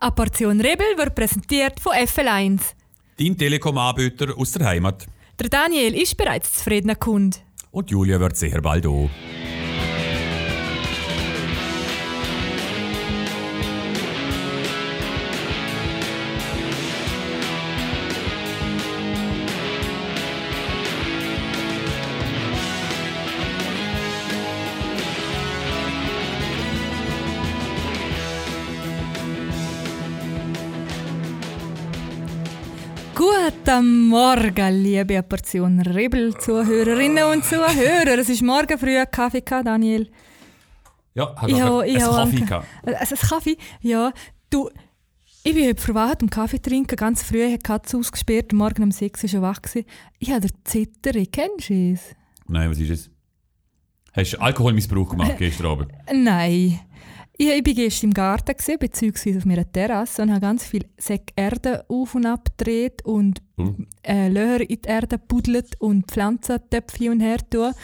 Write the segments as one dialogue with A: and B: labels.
A: A Portion Rebel wird präsentiert von FL1.
B: Dein Telekom-Anbieter aus der Heimat.
A: Der Daniel ist bereits zufriedener Kunde.
B: Und Julia wird sicher bald auch.
A: Guten Morgen, liebe Portion Rebel-Zuhörerinnen und Zuhörer. Es ist morgen früh Kaffee, gehabt, Daniel.
B: Ja,
A: Ich
B: nachher
A: habe- ich habe
B: einen Kaffee
A: einen-
B: gehabt.
A: Also, das Kaffee, ja. Du, ich bin heute verwacht am Kaffee trinken. Ganz früh hat die Katze ausgesperrt, morgen um 6 Uhr schon wach. Gewesen. Ich habe den Zitteri, kennst du es?
B: Nein, was ist es? Hast du Alkoholmissbrauch gemacht gestern Abend?
A: Nein. Ich, ich war gestern im Garten, gewesen, beziehungsweise auf meiner Terrasse, und habe ganz viel Säck Erde auf und ab gedreht und
B: Hm.
A: äh, Löcher in die Erde buddelt und Pflanzentöpfchen und her tue.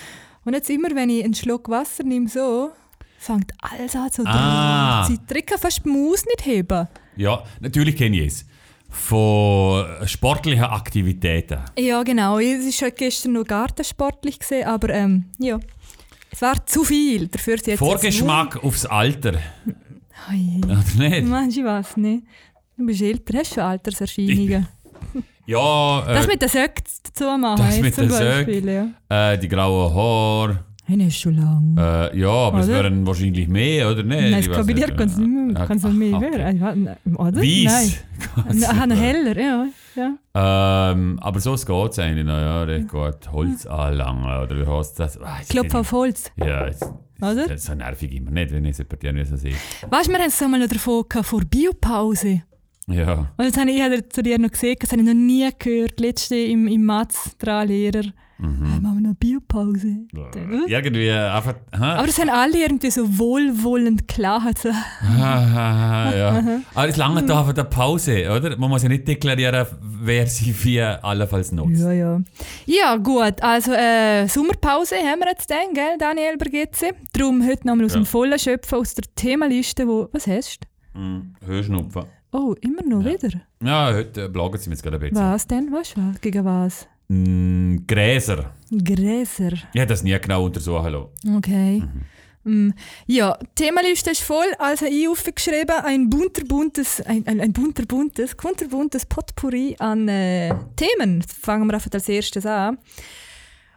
A: Und jetzt immer, wenn ich einen Schluck Wasser nehme, so, fängt alles an zu
B: Ah.
A: Zittern. Ich kann fast die Maus nicht heben.
B: Ja, natürlich kenne ich es. Von sportlichen Aktivitäten.
A: Ja, genau. Es war halt gestern nur gartensportlich, gewesen, aber ähm, ja. Es war zu viel. Dafür ist jetzt
B: Vorgeschmack aufs Alter.
A: Oh, je.
B: Oder nicht?
A: Mann, ich weiß nicht. ne? Du bist eh älter, hast schon Alterserscheinungen.
B: Ja,
A: Das
B: äh,
A: mit den Söcken dazu machen.
B: das
A: jetzt
B: mit
A: zum
B: den Söcken.
A: Beispiel, Ja.
B: äh, die grauen Haare.
A: Hey, ist schon lange.
B: Äh, ja, aber es
A: Oder?
B: wären wahrscheinlich mehr, oder nicht?
A: Nein, ich
B: Äh, weiß
A: glaube, bei dir kann es nicht mehr,
B: Ah,
A: kann's noch mehr
B: ah,
A: werden. Also, Ich weiß nicht, Oder?
B: Weiss.
A: Nein. Ah, noch heller, ja. ja.
B: Ähm, aber so geht es eigentlich noch, ja, recht gut. Holz anlangen, oder wie heißt das? Ah, ich
A: Klopf auf Holz.
B: Ja, jetzt,
A: Oder?
B: Das ist so nervig immer nicht, wenn ich es bei dir nicht so sehe.
A: Weißt du, wir haben es einmal noch davon gehabt, vor Biopause.
B: Ja.
A: Und das habe ich, ich habe zu dir noch gesehen, das habe ich noch nie gehört. Letzte im, im Matz, drei Lehrer.
B: Mhm.
A: Hey, machen wir noch Biopause. Hm?
B: Irgendwie äh, einfach. Ha?
A: Aber das haben alle irgendwie so wohlwollend gelacht. So.
B: Ha,
A: Ah.
B: ha, ha, ja. Aber es lange da einfach der Pause, oder? Man muss ja nicht deklarieren, wer sie für allenfalls nutzt.
A: Ja, ja. Ja, gut. Also, äh, Sommerpause haben wir jetzt dann, gell, Daniel Bergetze? Darum heute nochmal aus
B: Ja.
A: dem Vollen schöpfen, aus der Themenliste, wo... Was hast
B: Mhm. Hörschnupfen.
A: du? Oh, immer noch wieder?
B: Ja, heute äh, blagen sie mir jetzt gerade ein bisschen.
A: Was denn? Was? was? Gegen was?
B: Mm, Gräser.
A: Gräser.
B: Ich habe das nie genau untersuchen lassen.
A: Okay.
B: Mhm.
A: Mm, Ja, die Themenliste ist voll. Also ich aufgeschrieben, ein bunterbuntes, ein, ein, ein bunterbuntes, kunterbuntes Potpourri an äh, Themen. Fangen wir einfach als erstes an.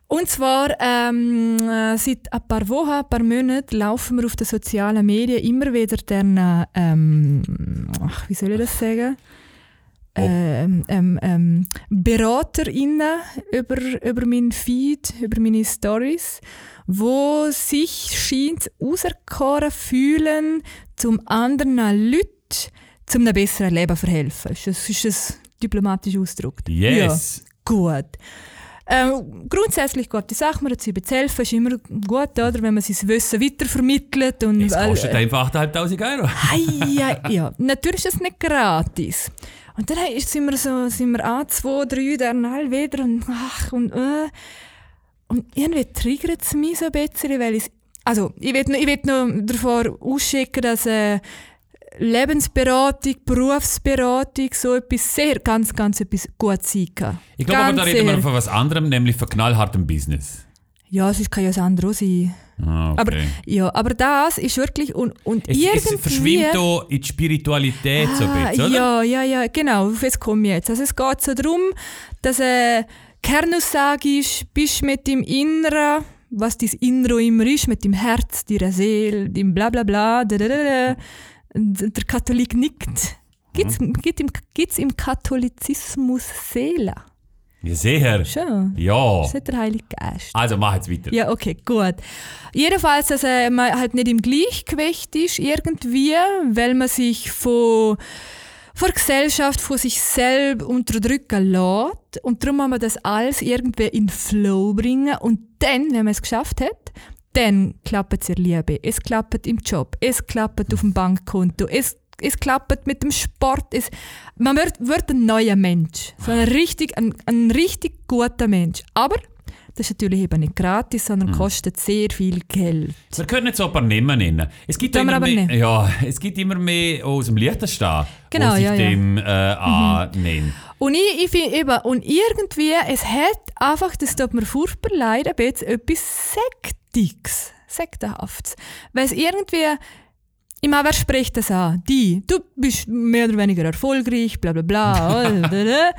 A: Und zwar ähm, äh, seit ein paar Wochen, ein paar Monaten laufen wir auf den sozialen Medien immer wieder den, ähm, ach, wie soll ich das sagen?
B: Ob-
A: Ähm, ähm, ähm, BeraterInnen über, über meinen Feed, über meine Stories, wo sich scheint auserkoren fühlen, zum anderen Leuten zum einem besseren Leben verhelfen. Ist Das ist ein diplomatisch ausgedrückt. Ja.
B: Yes!
A: Gut. Ähm, grundsätzlich gute Sache, mir dazu zu helfen, ist immer gut, oder? wenn man sein Wissen weitervermittelt. Und
B: Es kostet einfach 8.500 Euro.
A: Ei, ei, ja, natürlich ist es nicht gratis. Und dann ist- sind wir so, sind wir an, zwei, drei, dann all wieder und ach und äh. Und irgendwie triggert es mich so ein bisschen, weil ich, also ich will noch, ich will noch davor ausschicken, dass äh, Lebensberatung, Berufsberatung, so etwas sehr, ganz, ganz etwas gut sein kann.
B: Ich glaube, aber
A: Ganz
B: da reden wir
A: sehr.
B: von was anderem, nämlich von knallhartem Business.
A: Ja, es kann ja das andere auch sein.
B: Ah, okay.
A: Aber, ja, aber das ist wirklich, und, und
B: es,
A: irgendwie...
B: es verschwimmt auch in die Spiritualität so ein
A: Ah,
B: bisschen, oder?
A: Ja, ja, ja, genau. Auf das komme ich jetzt. Also es geht so darum, dass äh, Kernaussage ist, bist mit dem Inneren, was dein Innere immer ist, mit dem Herz, deiner Seele, dem bla bla bla. Da, da, da, da. Und Der Katholik nickt. Gibt's,
B: Mhm.
A: gibt im, gibt's im Katholizismus Seele?
B: Ja, sicher.
A: Schön.
B: Ja.
A: Das hat der Heilige Geist.
B: Also mach jetzt weiter.
A: Ja, okay, gut. Jedenfalls, dass äh, man halt nicht im Gleichgewicht ist irgendwie, weil man sich von von der Gesellschaft, von sich selbst unterdrücken lässt. Und darum muss man das alles irgendwie in Flow bringen. Und dann, wenn man es geschafft hat, dann klappt es in der Liebe, es klappt im Job, es klappt auf dem Bankkonto, es, es klappt mit dem Sport. Es, man wird, wird ein neuer Mensch. So ein richtig, ein, ein richtig guter Mensch. Aber Das ist natürlich eben nicht gratis, sondern kostet sehr viel Geld.
B: Wir können jetzt aber nicht mehr nennen. Es gibt,
A: Tun wir aber
B: immer mehr,
A: nicht.
B: ja, es gibt immer mehr aus dem Liechtenstein,
A: Genau,
B: die sich
A: ja, Mhm. ja.
B: dem äh, annehmen.
A: Und ich, ich finde eben, und irgendwie, es hat einfach, das tut mir furchtbar leid, aber jetzt etwas Sektiges, Sektenhaftes. Weil es irgendwie, ich meine, wer spricht das an? Die, du bist mehr oder weniger erfolgreich, bla bla bla. oder, oder.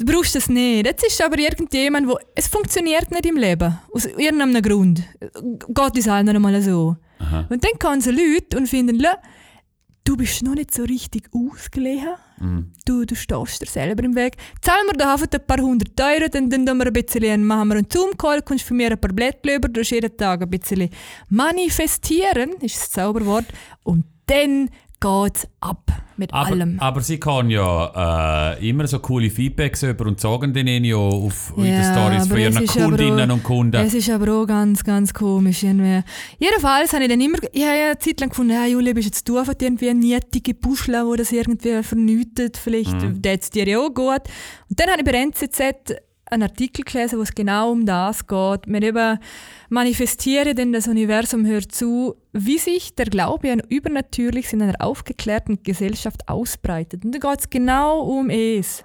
A: du brauchst das nicht. Jetzt ist aber irgendjemand, wo, es funktioniert nicht im Leben, aus irgendeinem Grund. Gott ist allen einmal so.
B: Aha.
A: Und dann kommen so Leute und finden, «Lä, du bist noch nicht so richtig ausgelegen
B: Mhm.
A: du, du stehst dir selber im Weg. Zahlen wir da ein paar hundert Euro, dann, dann tun wir ein bisschen, machen wir einen Zoom-Call, kommst von mir ein paar Blätter über, du hast jeden Tag ein bisschen manifestieren, ist das Zauberwort, und dann geht's ab mit
B: Aber,
A: allem.
B: aber sie kann ja äh, immer so coole Feedbacks über und sagen denen ja auf in den
A: Ja,
B: Stories von
A: aber
B: ihren
A: es ist aber
B: Kundinnen
A: auch-
B: und Kunden.
A: Es ist aber auch ganz, ganz komisch. Irgendwie. Jedenfalls habe ich dann immer, ich habe ja eine Zeit lang gefunden, ja, Julia, bist jetzt du einfach irgendwie eine nietige Puschle, die das irgendwie vernütet, vielleicht mhm. es dir ja auch gut. Und dann habe ich bei der NZZ einen Artikel gelesen, wo es genau um das geht. Wir eben manifestiere, denn das Universum hört zu, wie sich der Glaube an Übernatürliches in einer aufgeklärten Gesellschaft ausbreitet. Und da geht es genau um es.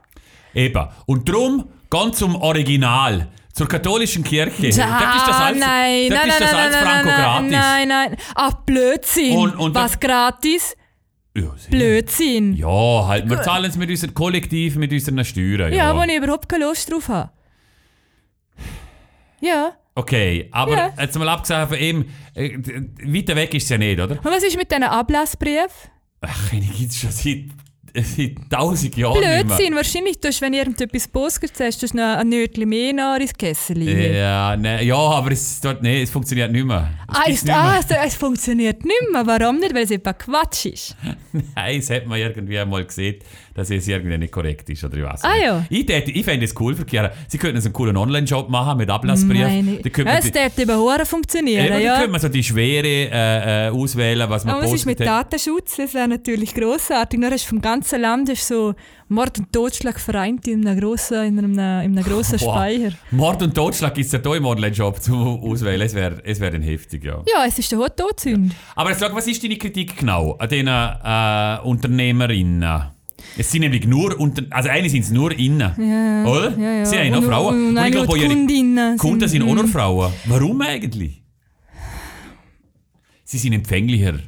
B: Eben. Und darum, ganz zum Original, zur katholischen Kirche. Dort ist das
A: Ah,
B: Alf-
A: nein,
B: dort
A: nein, nein,
B: ist das
A: nein,
B: Alf
A: nein,
B: Franco
A: nein,
B: gratis.
A: nein, nein. Ach, Blödsinn.
B: Und- und
A: Was
B: das-
A: gratis?
B: Ja, sicher.
A: Blödsinn. Ja,
B: Ja, halt, wir zahlen es mit unserem Kollektiv, mit unseren Steuern. Ja,
A: wo ich überhaupt keine Lust drauf habe. Ja.
B: Okay, aber
A: Ja.
B: jetzt mal abgesehen von ihm, äh, d- d- weiter weg ist es ja nicht, oder?
A: Und was ist mit diesen Ablassbrief?
B: Ach, die gibt es schon seit, äh, seit tausend Jahren nicht
A: Blödsinn. Wahrscheinlich tust du, wenn irgendetwas postet hast, tust du noch ein Nötchen mehr nach ins Kessel.
B: mehr.
A: rein.
B: Ja, ne, ja, aber es, dort, nee, es funktioniert nicht mehr. Es
A: Ah,
B: gibt's
A: ist,
B: nicht
A: ah,
B: mehr.
A: es, es funktioniert nicht mehr. Warum nicht? Weil es etwa Quatsch ist.
B: Nein, das hat man irgendwie einmal gesehen, dass es irgendwie nicht korrekt ist oder was.
A: Ah, ja.
B: Ich, tät- ich fände es cool für Chiara. Sie könnten so einen coolen Online-Shop machen mit Ablassbrief. Da könnte man
A: Es
B: die-
A: dürfte eben Huren funktionieren.
B: Eben, da
A: ja.
B: könnte man so Äh, die Schwere äh, äh, auswählen, was man
A: Aber was ist mit
B: postet halt hat.
A: Datenschutz? Das wäre natürlich grossartig. Nur hast du vom ganzen Land hast du so Mord und Totschlag vereint in einem grossen, in einem, in einem grossen
B: Boah.
A: Speicher.
B: Mord und Totschlag gibt es ja da im Online-Shop zum Auswählen. Es wäre es wär dann heftig, ja.
A: Ja, es ist der hohe Todsünd.
B: Aber jetzt sag, was ist deine Kritik genau an diesen äh, Unternehmerinnen? Es sind nämlich nur Unter also eine sind es nur innen,
A: Ja.
B: oder?
A: Ja, ja.
B: Sie haben noch
A: Und-
B: Frauen.
A: Und, und,
B: ich glaube,
A: auch die
B: ihre
A: Kundinnen.
B: Kunden sind auch
A: mm.
B: noch Frauen. Warum eigentlich? Sie sind empfänglicher.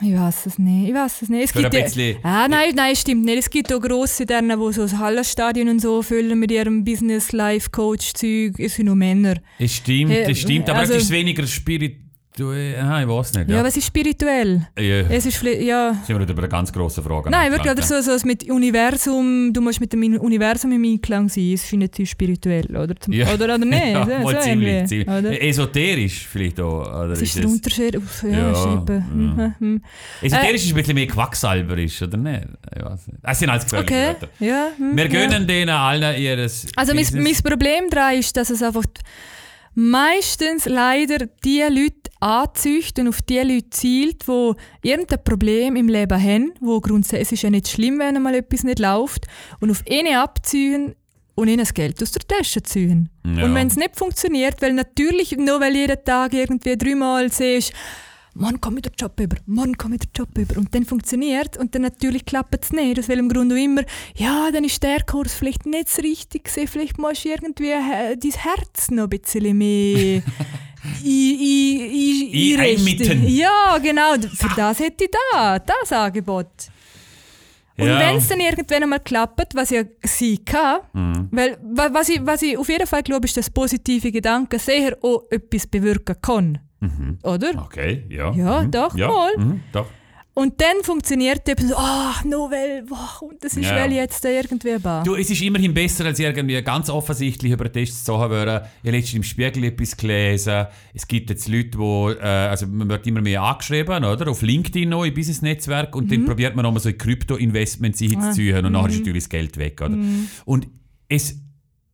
A: Ich weiß es nicht. Ich weiß es nicht. Es
B: Für ein
A: gibt ja-
B: bisschen-
A: ah, nein, nein, stimmt nicht. Es gibt auch grosse, deren, die so das Hallenstadion und so füllen mit ihrem Business Life Coach Zeug. Es sind nur Männer.
B: Es stimmt,
A: Äh,
B: es stimmt, aber
A: also-
B: es ist weniger spirituell. Ah, ich weiß nicht.
A: Ja,
B: Ja.
A: aber es ist spirituell.
B: Ja,
A: Es ist vielleicht, ja.
B: Sind wir wieder bei einer ganz grossen Frage.
A: Nein, wirklich, oder
B: angelangt,
A: so, so es mit Universum, du musst mit dem In- Universum im Einklang sein, es findet sie spirituell, oder? Zum,
B: Ja.
A: Oder, oder nicht?
B: ja,
A: so,
B: mal
A: so
B: ziemlich,
A: irgendwie,
B: ziemlich. Äh,
A: Oder?
B: Esoterisch vielleicht auch. Oder
A: Das ist
B: es-
A: der Unterschied. Uff, ja,
B: Ja,
A: ist eben-
B: ja.
A: mhm, mhm.
B: Esoterisch ist ein bisschen mehr quacksalberisch, oder nicht? Ich weiß nicht. Das sind alles gefährliche
A: Okay,
B: Wörter.
A: ja. mhm,
B: Wir
A: ja.
B: gönnen denen allen ihres.
A: Also mein, mein
B: Business.
A: Problem daran ist, dass es einfach meistens leider die Leute anzüchtet und auf die Leute zielt, wo irgendein Problem im Leben haben, wo grundsätzlich es ist ja nicht schlimm, wenn einmal etwas nicht läuft, und auf ihnen abziehen und ihnen das Geld aus der Tasche ziehen.
B: Ja.
A: Und wenn es nicht funktioniert, weil natürlich nur weil jeden Tag irgendwie dreimal siehst, Mann, komm mit der Job über, Mann, komm mit der Job über. Und dann funktioniert und dann natürlich klappt es nicht. Aus welchem Grund auch immer, ja, dann ist der Kurs vielleicht nicht so richtig gewesen. vielleicht musst du irgendwie äh, dein Herz noch ein bisschen mehr i- i- i-
B: I-
A: einrichten.
B: einmitten.
A: Ja, genau, d- für das hätte ich da, das Angebot. Und
B: Ja.
A: wenn es dann irgendwann einmal klappt, was ja sie kann,
B: Mhm.
A: weil wa- was ich, was ich auf jeden Fall glaube, ist, dass positive Gedanken sehr auch etwas bewirken kann. Oder?
B: Okay, Mhm. ja.
A: Ja, doch,
B: ja.
A: mal.
B: Mhm, doch.
A: Und dann funktioniert eben so, ach, Novel, wow, und das ist
B: Ja.
A: weil jetzt da irgendwie bar.
B: Du, es ist immerhin besser, als irgendwie ganz offensichtlich über den Test zu sagen würde. Ich habe letztens im Spiegel etwas gelesen. Es gibt jetzt Leute, wo, äh, also man wird immer mehr angeschrieben, oder? Auf LinkedIn noch, im Business-Netzwerk. Und dann probiert man nochmal so in Krypto-Investments hinzuziehen. Und nachher ist natürlich das Geld weg, oder? Und es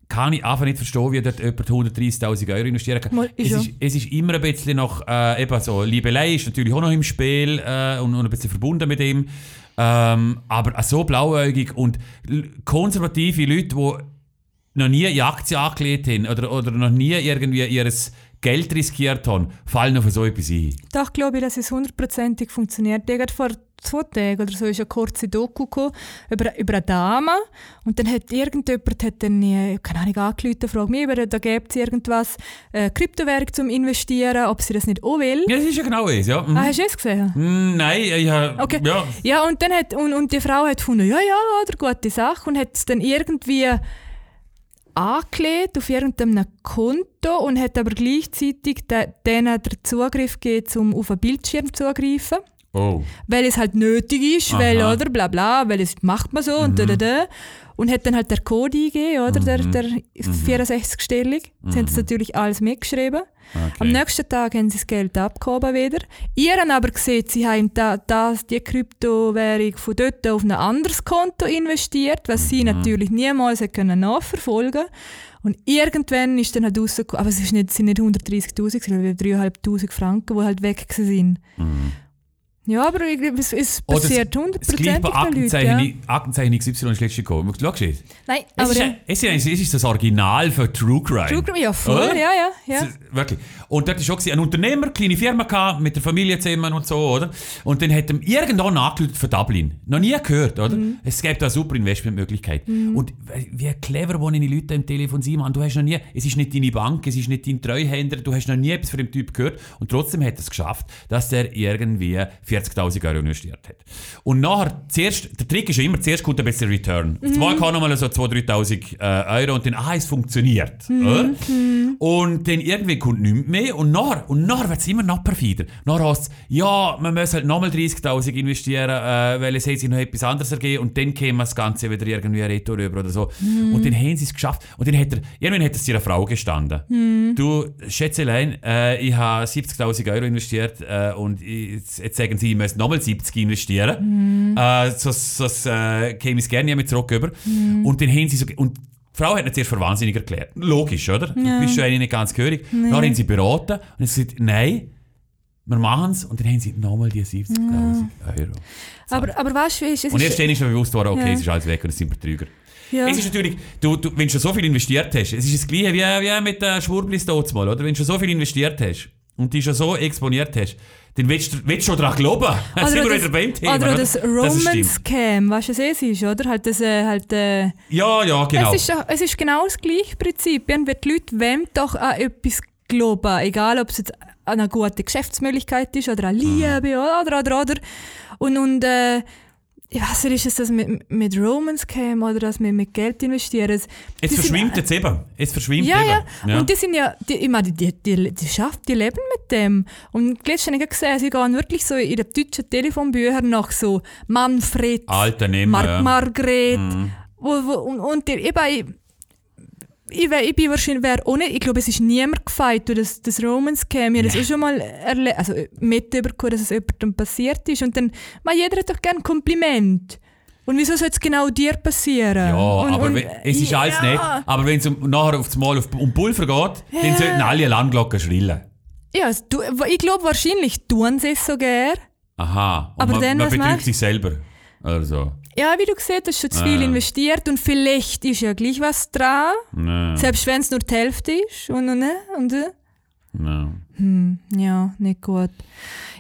B: kann ich einfach nicht verstehen, wie dort jemand 130.000 Euro investieren kann.
A: Mal, ist
B: es,
A: ja.
B: ist, es ist immer ein bisschen noch, äh, eben so, Liebelei ist natürlich auch noch im Spiel äh, und, und ein bisschen verbunden mit ihm. Ähm, aber so blauäugig und l- konservative Leute, die noch nie in Aktien angelegt haben oder, oder noch nie irgendwie ihr Geld riskiert haben, fallen auf so etwas ein.
A: Doch, glaube ich, dass es hundertprozentig funktioniert. Ich vor zwei Tagen oder so ist eine kurze Doku gekommen über, über eine Dame und dann hat irgendjemand hat dann, äh, keine Ahnung, angerufen, fragt mich, aber da gibt es irgendwas, äh, Kryptowährung zum Investieren, ob sie das nicht auch will.
B: Ja, das ist ja genau es, ja. Mhm.
A: Ah, hast du es gesehen?
B: Mm, Nein, ich habe.
A: Okay.
B: Ja.
A: Ja, und dann hat und, und die Frau hat gefunden, ja, ja, oder gute Sache und hat es dann irgendwie angelegt auf irgendeinem Konto und hat aber gleichzeitig de, denen den Zugriff gegeben, um auf einen Bildschirm zuzugreifen,
B: Oh. weil
A: weil es halt nötig ist,
B: Aha.
A: weil, oder, bla bla, weil es macht man so und da, da, da. Und hat dann halt der Code eingegeben, oder, der, der 64-Stellig. Sie haben es natürlich alles mitgeschrieben. Am nächsten Tag haben sie das Geld abgehoben wieder. Ihr habt aber gesehen, sie haben da, das, die Kryptowährung von dort auf ein anderes Konto investiert, was
B: Mhm.
A: sie natürlich niemals hätten können nachverfolgen Und irgendwann ist dann halt rausgekommen, aber es ist nicht, sind nicht 130'000, sondern 3'500 Franken, die halt weg waren. Ja, aber ich glaube, es, es
B: Oder Mhm. Oh, das-
A: passiert
B: Das gleiche
A: hundertprozentig
B: bei
A: bei Leuten. Ja.
B: Aktenzeichen, Aktenzeichen XY ist letztes gekommen. Schau jetzt.
A: Nein,
B: Es
A: aber
B: ist,
A: ja.
B: ja- es, ist, es ist das Original für True Crime.
A: True Crime, ja, voll,
B: Oder?
A: ja, ja. ja.
B: Es ist- Wirklich. Und dort war auch gewesen, ein Unternehmer, kleine Firma gehabt, mit der Familie zusammen und so, oder? Und dann hat ihm irgendwann angerufen von Dublin. Noch nie gehört, oder?
A: Mhm.
B: Es gibt da eine super Investmentmöglichkeit. Und wie clever wohnen die Leute am Telefon sind, Mann. Du hast noch nie, es ist nicht deine Bank, es ist nicht dein Treuhänder, du hast noch nie etwas von dem Typ gehört. Und trotzdem hat er es geschafft, dass der irgendwie 40.000 Euro investiert hat. Und nachher, zuerst, der Trick ist ja immer, zuerst kommt ein bisschen Return. Auf zwei kann nochmal so 2.000, 3.000 äh, Euro und dann, ah, es funktioniert. Oder? Und dann irgendwie kommt nichts mehr und nachher, und nachher wird es immer noch perfider. Nachher heißt es, ja, man muss halt nochmal 30.000 investieren, äh, weil es hat sich noch etwas anderes ergeben und dann käme das Ganze wieder irgendwie retour rüber oder so. Und dann haben sie es geschafft und dann hat er, irgendwann hat es ihrer Frau gestanden.
A: Hm.
B: Du, Schätzelein, äh, ich habe 70.000 Euro investiert äh, und ich, jetzt, jetzt sagen sie, ich muss nochmal 70 investieren.
A: Hm.
B: Äh, sonst sonst äh, käme ich es gerne nicht mehr zurück über.
A: Hm.
B: Und dann haben sie so, und die Frau hat ihn zuerst für wahnsinnig erklärt. Logisch, oder? Du bist ja eigentlich nicht ganz gehörig. Dann haben sie beraten und haben sie gesagt, nein, wir machen es. Und dann haben sie nochmal die 70.000 Euro.
A: Aber, aber weißt du, wie ist es?
B: Und
A: ist-
B: erst dann ist mir bewusst worden, okay,
A: Ja.
B: es ist alles weg und es sind Betrüger.
A: ja.
B: Es ist natürlich, du, du, wenn du schon so viel investiert hast, es ist das Gleiche wie, wie mit den Schwurblis damals, oder? Wenn du schon so viel investiert hast und die schon so exponiert hast, dann willst du, willst du schon daran glauben. Dann sind wir wieder beim Thema.
A: oder
B: oder?
A: das
B: Das ist
A: Roman
B: stimmt.
A: Scam, weißt du, was es ist, oder? Halt das, äh, halt, äh,
B: Ja, ja, genau.
A: es, ist, doch- es ist genau das gleiche Prinzip. Dann wird die Leute wem doch an etwas glauben, egal ob es jetzt an eine gute Geschäftsmöglichkeit ist oder an
B: Mhm.
A: Liebe oder, oder, oder, oder. Und, und äh, ich weiß nicht, ist es das mit, mit Roman Scam oder das mit, mit Geld investieren? Es-
B: Jetzt
A: die sind-
B: verschwimmt jetzt eben. Jetzt verschwimmt
A: ja,
B: eben.
A: ja, Und die sind ja, die, ich meine, die, die, die schafft, die leben mit dem. Und letztens habe ich gesehen, sie gehen wirklich so in den deutschen Telefonbüchern nach so Manfred,
B: Alter Nehmer.
A: Mar
B: Ah, ja. Mhm.
A: Margret. Wo, wo, und und die, eben, ich, ich, wär- ich bin wahrscheinlich, wär ohne, ich glaube, es ist niemand gefeit, durch das, das Roman Scam. Ich habe das auch schon mal erle also äh, mitbekommen, dass es jemandem passiert ist. Und dann, man, jeder hat doch gerne ein Kompliment. Und wieso soll es genau dir passieren?
B: Ja,
A: und,
B: aber
A: und-
B: we- es ist alles
A: Ja.
B: nett. Aber wenn es um, nachher auf das Mal auf, um Pulver geht, dann sollten alle Alarmglocken schrillen.
A: Ja, es tu- ich glaube wahrscheinlich tun sie es so gern.
B: Aha. Und
A: Aber
B: man,
A: dann,
B: man
A: was
B: betrügt
A: machst-
B: sich selber. Also, Oder so.
A: Ja, wie du siehst, ist schon zu
B: Ah,
A: viel
B: ja.
A: investiert und vielleicht ist ja gleich was dran,
B: Nein.
A: selbst wenn es nur die Hälfte ist. Und, und, und, und
B: Nein.
A: ja, nicht gut.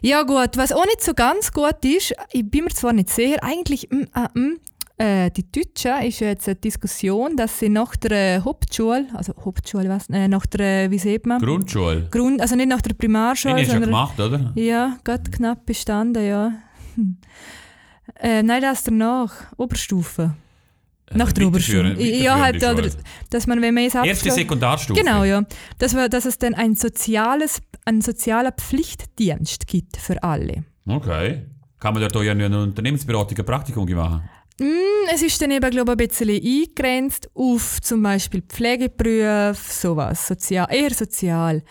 A: Ja gut, was auch nicht so ganz gut ist, ich bin mir zwar nicht sicher, eigentlich, mm, ah, mm, äh, die Deutschen ist ja jetzt eine Diskussion, dass sie nach der äh, Hauptschule, also Hauptschule, was, äh, nach der, äh, wie sieht man?
B: Grundschule.
A: Grund, also nicht nach der
B: Den
A: Primarschule,
B: hast du ja
A: sondern...
B: gemacht, oder?
A: Ja, gerade knapp bestanden, ja. Hm. Äh, nein, das danach. Oberstufe. Nach der Oberstufe.
B: Äh, weiterführen-
A: Ja, halt,
B: weiterführende
A: oder,
B: Schule.
A: dass man, wenn man es
B: Erste
A: abschließt.
B: Sekundarstufe.
A: Genau, ja. Dass, man, dass es dann ein, soziales, ein sozialer Pflichtdienst gibt für alle.
B: Okay. Kann man dort auch ja eine Unternehmensberatung, ein Praktikum machen?
A: Hm, Es ist dann eben, glaube ich, ein bisschen eingegrenzt auf zum Beispiel Pflegeberufe, sowas, sozial, eher sozial.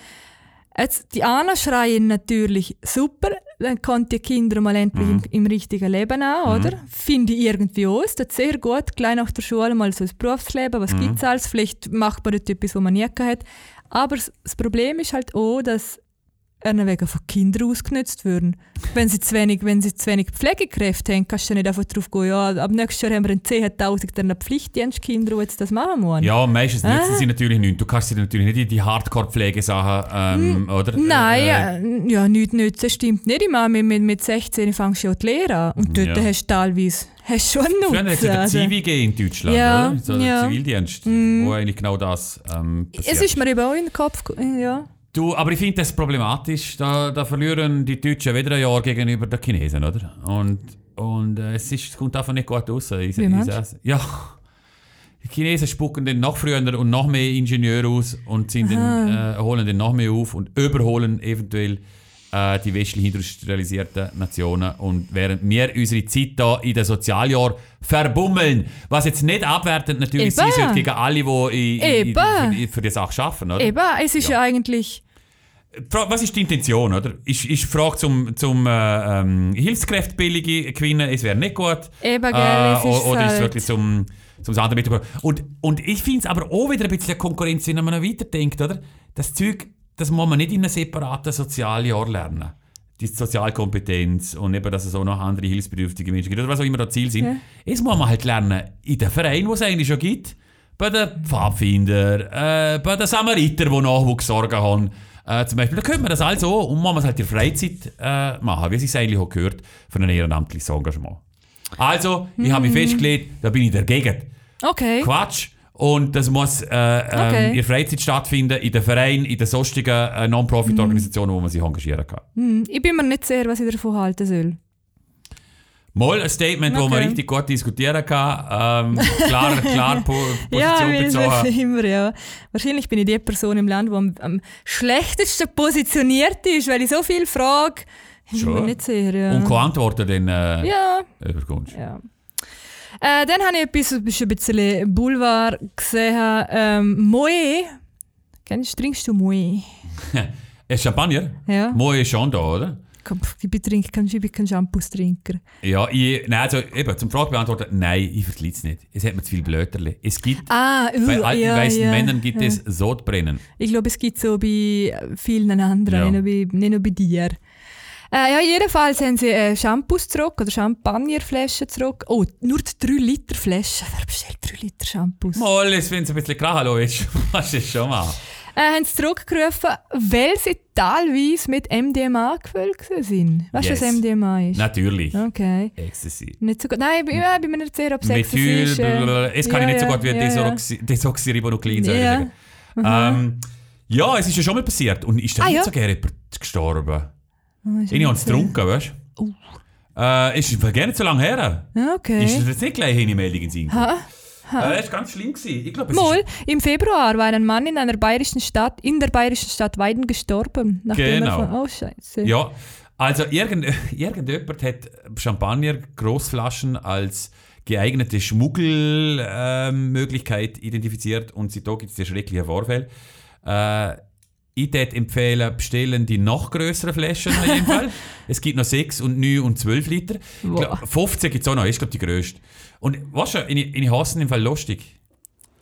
A: Jetzt, die anderen schreien natürlich super, dann kommt die Kinder mal endlich im, im richtigen Leben an, oder? Finde ich irgendwie aus, das ist sehr gut, gleich nach der Schule mal so das Berufsleben, was gibt's gibt es alles, vielleicht macht man dort etwas, was man nie gehabt hat. Aber s- das Problem ist halt auch, dass eher wegen von Kindern ausgenutzt würden. Wenn sie zu wenig, wenn sie zu wenig Pflegekräfte haben, kannst du ja nicht einfach drauf gehen, ja, ab nächstes Jahr haben wir einen 10.000 Pflichtdienstkinder, die jetzt das machen müssen.
B: Ja, meistens
A: äh.
B: nützen sie natürlich nicht. Du kannst sie natürlich nicht in die Hardcore-Pflegesachen, ähm, oder?
A: Hm. Nein,
B: Äh,
A: ja, ja, nichts nützen, das stimmt nicht. Ich meine, mit, mit 16 fängst du ja die Lehre an. Und dort
B: Ja.
A: hast du teilweise hast schon
B: Früher hat
A: Nutzen.
B: es den
A: also.
B: Zivi gegeben in Deutschland,
A: Ja,
B: oder? So der
A: ja. Hm.
B: Zivildienst, wo eigentlich genau das ähm, passiert.
A: Es ist mir eben auch in den Kopf ge- äh, ja.
B: du, aber ich finde das problematisch. Da, da verlieren die Deutschen wieder ein Jahr gegenüber den Chinesen, oder? Und, und äh, es, ist, es kommt einfach nicht gut raus. Ich,
A: Wie
B: ich,
A: meinst
B: sag's- ja. Die Chinesen spucken dann noch früher und noch mehr Ingenieure aus und sind dann, äh, holen dann noch mehr auf und überholen eventuell äh, die westlich industrialisierten Nationen. Und während wir unsere Zeit da in den Sozialjahren verbummeln, was jetzt nicht abwertend natürlich sein
A: Eben.
B: sollte gegen alle, die in, in, in,
A: Eben.
B: für, die- für die Sache arbeiten, oder?
A: Eben, es ist ja, eigentlich.
B: Fra- Was ist die Intention, oder? Ist, ist die Frage zum, zum äh, ähm, Hilfskräftebillige gewinnen, es wäre nicht gut.
A: Eben, gell,
B: Äh,
A: es
B: o-
A: ist
B: oder ist es
A: halt-
B: wirklich zum, zum anderen mitbekommen? Und, und ich finde es aber auch wieder ein bisschen eine Konkurrenz, wenn man noch weiterdenkt, oder? Das Zeug, das muss man nicht in einem separaten Sozialjahr lernen. Die Sozialkompetenz und eben, dass es auch noch andere hilfsbedürftige Menschen gibt, oder was auch immer das Ziel sind.
A: Ja.
B: Das muss man halt lernen in den Vereinen, wo es eigentlich schon gibt. Bei den Pfadfindern, äh, bei den Samaritern, die Nachwuchssorgen haben. Äh, zum Beispiel, da könnte man das alles auch und muss man es halt in der Freizeit äh, machen, wie es sich eigentlich auch gehört, für ein ehrenamtliches Engagement. Also, ich habe
A: Mhm.
B: mich festgelegt, da bin ich dagegen.
A: Okay.
B: Quatsch. Und das muss äh, ähm,
A: Okay.
B: in der Freizeit stattfinden, in den Vereinen, in den sonstigen äh, Non-Profit-Organisationen, wo man sich engagieren kann.
A: Hm, Ich bin mir nicht sicher, was ich davon halten soll.
B: Mal ein Statement, wo man
A: Okay.
B: richtig gut diskutieren kann. Ähm, klar, klar po Position
A: ja,
B: bezogen.
A: wie immer, ja. Wahrscheinlich bin ich die Person im Land, die am, am schlechtesten positioniert ist, weil ich so viel frage. Ich bin
B: Schon.
A: mir nicht sicher, ja.
B: Und keine Antworten dann äh,
A: ja,
B: überkommst.
A: ja. Äh, dann habe ich etwas, das ist ein bisschen Boulevard gesehen. Ähm, Moe. Kennst, trinkst du Moe?
B: Ein Champagner?
A: Ja.
B: Moi ist schon da, oder?
A: Komm, pff, ich bin, trink, kein- ich bin kein Shampoos-Trinker.
B: Ja, ich, nein, also eben, zum Frage beantworten, nein, ich vergleiche es nicht. Es hat mir zu viel Blöterle. Es gibt,
A: Ah, uh,
B: bei alten
A: ja,
B: weißen
A: ja,
B: Männern gibt
A: ja.
B: es Sodbrennen.
A: Ich glaube, es gibt so bei vielen
B: Ja.
A: anderen, nicht, nur bei, nicht nur bei dir. Äh, ja, jedenfalls haben sie äh, Shampoos zurück oder Champagnerflaschen zurück. Oh, nur die 3-Liter-Flaschen. Wer bestellt 3 Liter Shampoos?
B: Mal, es wenn es ein bisschen krachelo ist, machst du es schon mal.
A: Äh, haben sie zurückgerufen, weil sie teilweise mit MDMA gefüllt waren. Weißt du, was
B: Yes.
A: MDMA ist?
B: Natürlich.
A: Okay.
B: Ecstasy.
A: Nicht so gut. Nein, ich bin, ja, ich bin mir nicht sicher, ob es Sex
B: Methyl,
A: ist.
B: blablabla. es kann
A: ja,
B: ich nicht so
A: ja,
B: gut wie
A: ja, ja.
B: Desoxy, Desoxyribonuklein, soll ich
A: Ja. Mhm.
B: sagen. Ähm, ja, es ist ja schon mal passiert. Und ist da
A: Ah,
B: nicht
A: ja.
B: sogar jemand gestorben?
A: Oh, ist
B: Ich habe
A: nicht
B: es
A: so-
B: getrunken, weißt du?
A: Uh.
B: Äh, ist gar nicht so lange her.
A: Okay.
B: Ist das jetzt nicht gleich eine Meldung in Sinn?
A: Äh? Ha?
B: Äh, das war ganz schlimm. Gewesen. Ich glaube, es
A: Mal,
B: ist...
A: im Februar war ein Mann in einer bayerischen Stadt, in der bayerischen Stadt Weiden gestorben. Nachdem
B: Genau.
A: Er von, oh, scheiße.
B: Ja, also irgend, irgendjemand hat Champagner, Großflaschen als geeignete Schmuggelmöglichkeit ähm, identifiziert und seitdem gibt es den schrecklichen Vorfall. Äh, ich würde empfehlen, bestellen die noch größeren Flaschen in jedem Fall. Es gibt noch 6 und 9 und 12 Liter. Ich
A: Wow.
B: Glaub, 15 gibt es auch noch, ist glaube die grösste. Und weißt du, in, in Hassen im Fall lustig.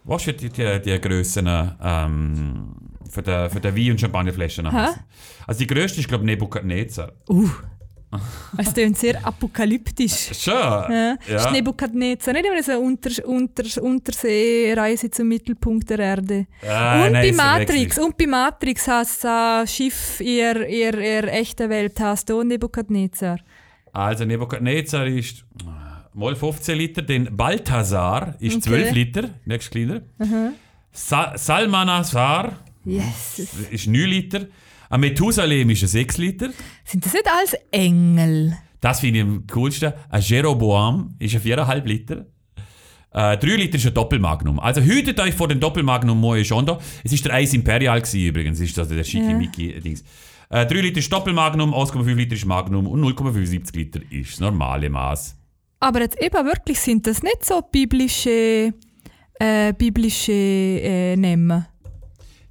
B: Weißt du, die, die, die Grössen ähm, für den für den Wein- und Champagnerflaschen
A: Hä?
B: haben. Also die grösste ist glaube ich Nebukadnezar.
A: Uh. Es klingt sehr apokalyptisch.
B: Schon?
A: Ja.
B: Ja.
A: Schneebukadnezar, nicht immer so Unter, Unter, Unterseereise zum Mittelpunkt der Erde.
B: Ah,
A: und
B: nein,
A: bei
B: ist ja wirklich-
A: Matrix, und bei Matrix hast du äh, Schiff, ihr, ihr, ihr echte Welt hast du auch Nebukadnezar.
B: Also Nebukadnezar ist mal 15 Liter, dann Balthasar ist
A: Okay.
B: 12 Liter, nächst kleiner. Sa Salmanasar
A: Yes.
B: ist 9 Liter. Ein Methusalem ist ein 6 Liter.
A: Sind das nicht alles Engel?
B: Das finde ich am coolsten. Ein Jeroboam ist ein 4,5 Liter. Äh, 3 Liter ist ein Doppelmagnum. Also hütet euch vor dem Doppelmagnum Moe Shondo. Es ist der Eis Imperial gewesen, übrigens. Es ist also der schicke
A: Ja.
B: Mickey-Dings. Äh, 3 Liter ist Doppelmagnum, 1,5 Liter ist Magnum und 0,75 Liter ist das normale Maß.
A: Aber jetzt eben wirklich sind das nicht so biblische, äh, biblische äh, Namen.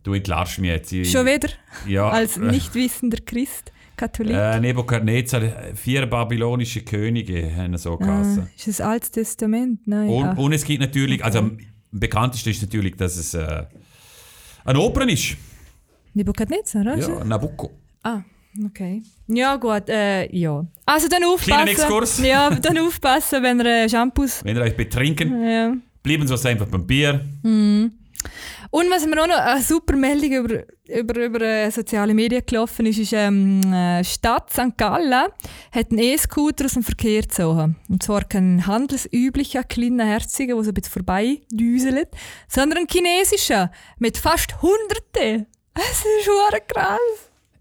B: Du entlarvst mich jetzt. Ich,
A: Schon wieder
B: ja,
A: als
B: äh,
A: nichtwissender Christ, Katholik.
B: Äh, Nebukadnezar, vier babylonische Könige haben so
A: ah,
B: geheißen.
A: ist das Altes Testament? Nein. Ah.
B: Und,
A: ach.
B: und es gibt natürlich, also am bekanntesten ist natürlich, dass es äh, eine Oper ist.
A: Nebukadnezar, oder?
B: Ja, Nabucco.
A: Ah, Okay. Ja, gut, äh, ja. Also dann aufpassen.
B: Exkurs.
A: Ja, dann aufpassen, wenn ihr äh, Shampoos.
B: Wenn ihr euch betrinken,
A: Ja.
B: bleiben Sie einfach beim Bier.
A: Und was mir auch noch eine super Meldung über, über, über äh, soziale Medien gelaufen ist, ist, ähm, äh, Stadt St. Gallen hat einen E-Scooter aus dem Verkehr gezogen. Und zwar kein handelsüblicher kleiner Herziger, der so ein bisschen vorbeidüselt, sondern ein chinesischer mit fast Hunderte. Es ist schon krass.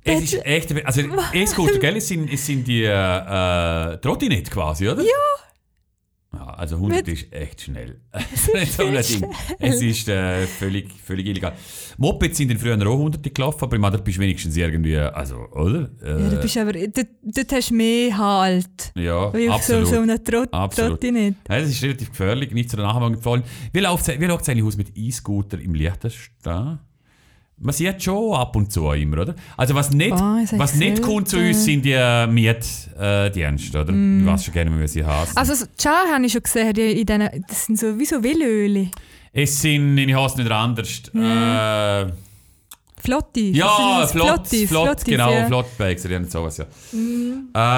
B: Es ist echt, also E-Scooter, gell? Es sind, es sind die äh, Trottinette quasi, oder? Ja. also 100 ist echt schnell. so ein
A: echt
B: Ding. Es ist äh, völlig, völlig illegal. Mopeds sind in früher auch 100 gelaufen, aber im anderen bist du wenigstens irgendwie, also, oder? Äh,
A: Ja, du bist aber, dort, dort hast du mehr Halt.
B: ja,
A: Wie auf so,
B: absolut.
A: so einer Trot
B: Absolut.
A: Trottinette.
B: Ja, das ist relativ gefährlich, nicht zu der Nachahmung empfohlen. Wie läuft es eigentlich aus mit E-Scooter im Liechtenstein? Man sieht schon ab und zu immer, oder? Also was nicht,
A: Ah, das hab
B: was
A: ich
B: nicht
A: selten.
B: kommt zu uns, sind die äh, Mietdienste, oder? Ich weiß schon gerne, wie wir sie heißen.
A: Mm. Also, so- die Schar habe ich schon gesehen, die in diesen, das sind so wie so Velöli.
B: es sind, ich heiße nicht anders. Äh,
A: Flottis.
B: ja,
A: Das Mm. sind
B: flott,
A: Flottis,
B: flott,
A: Flottis,
B: genau,
A: ja. Mm.
B: Flottbikes oder irgend sowas, ja.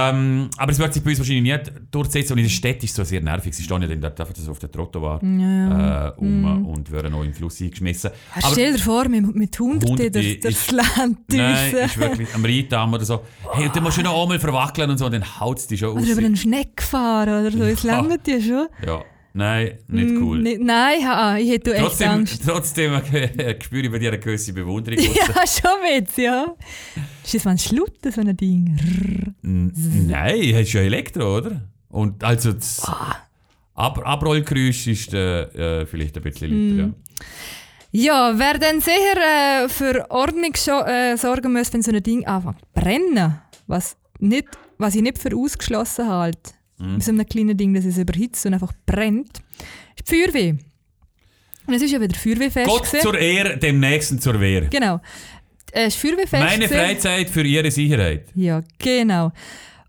B: Ähm, aber es wird sich bei uns wahrscheinlich nicht durchsetzen und in der Stadt ist es so sehr nervig. Sie stehen ja dann dort einfach so auf der
A: Mm.
B: Trottoir
A: Ja.
B: äh, um
A: Mm.
B: und werden auch im Fluss eingeschmissen.
A: Ja, Stell dir vor, mit, mit Hunderten
B: Hunderte
A: durch das äh.
B: ist-
A: Land
B: Nein,
A: düsen.
B: ist wirklich am Rheindamm oder so. Hey, und dann musst du noch einmal verwackeln und so, und dann haut es dich schon aus.
A: Oder über einen Schneck fahren oder so. Es
B: Ja.
A: langt dir schon.
B: Ja, nein, nicht cool.
A: Nee, nein, ha, ich hätte Hm, echt
B: trotzdem
A: Angst.
B: trotzdem äh, spüre ich bei dir eine gewisse Bewunderung.
A: Ja, schon Witz, ja. Ist das mal ein Schlutter, so ein Ding? Rrrr.
B: N- Nein, hast ja Elektro, oder? Und also das Ab Abrollgeräusch ist äh, äh, vielleicht ein bisschen
A: Hm.
B: lauter,
A: Ja, wer dann sicher äh, für Ordnung scho- äh, sorgen muss, wenn so ein Ding anfängt zu brennen, was, nicht, was ich nicht für ausgeschlossen halte,
B: Mhm.
A: mit so einem kleinen Ding, dass es überhitzt und einfach brennt, ist die Feuerwehr. Und es ist ja wieder
B: ja.
A: Feuerwehrfest.
B: Gott
A: gewesen.
B: zur Ehre, dem Nächsten zur Wehr.
A: Genau. Äh, Es war Feuerwehrfest.
B: Meine
A: gewesen.
B: Freizeit für Ihre Sicherheit.
A: Ja, genau.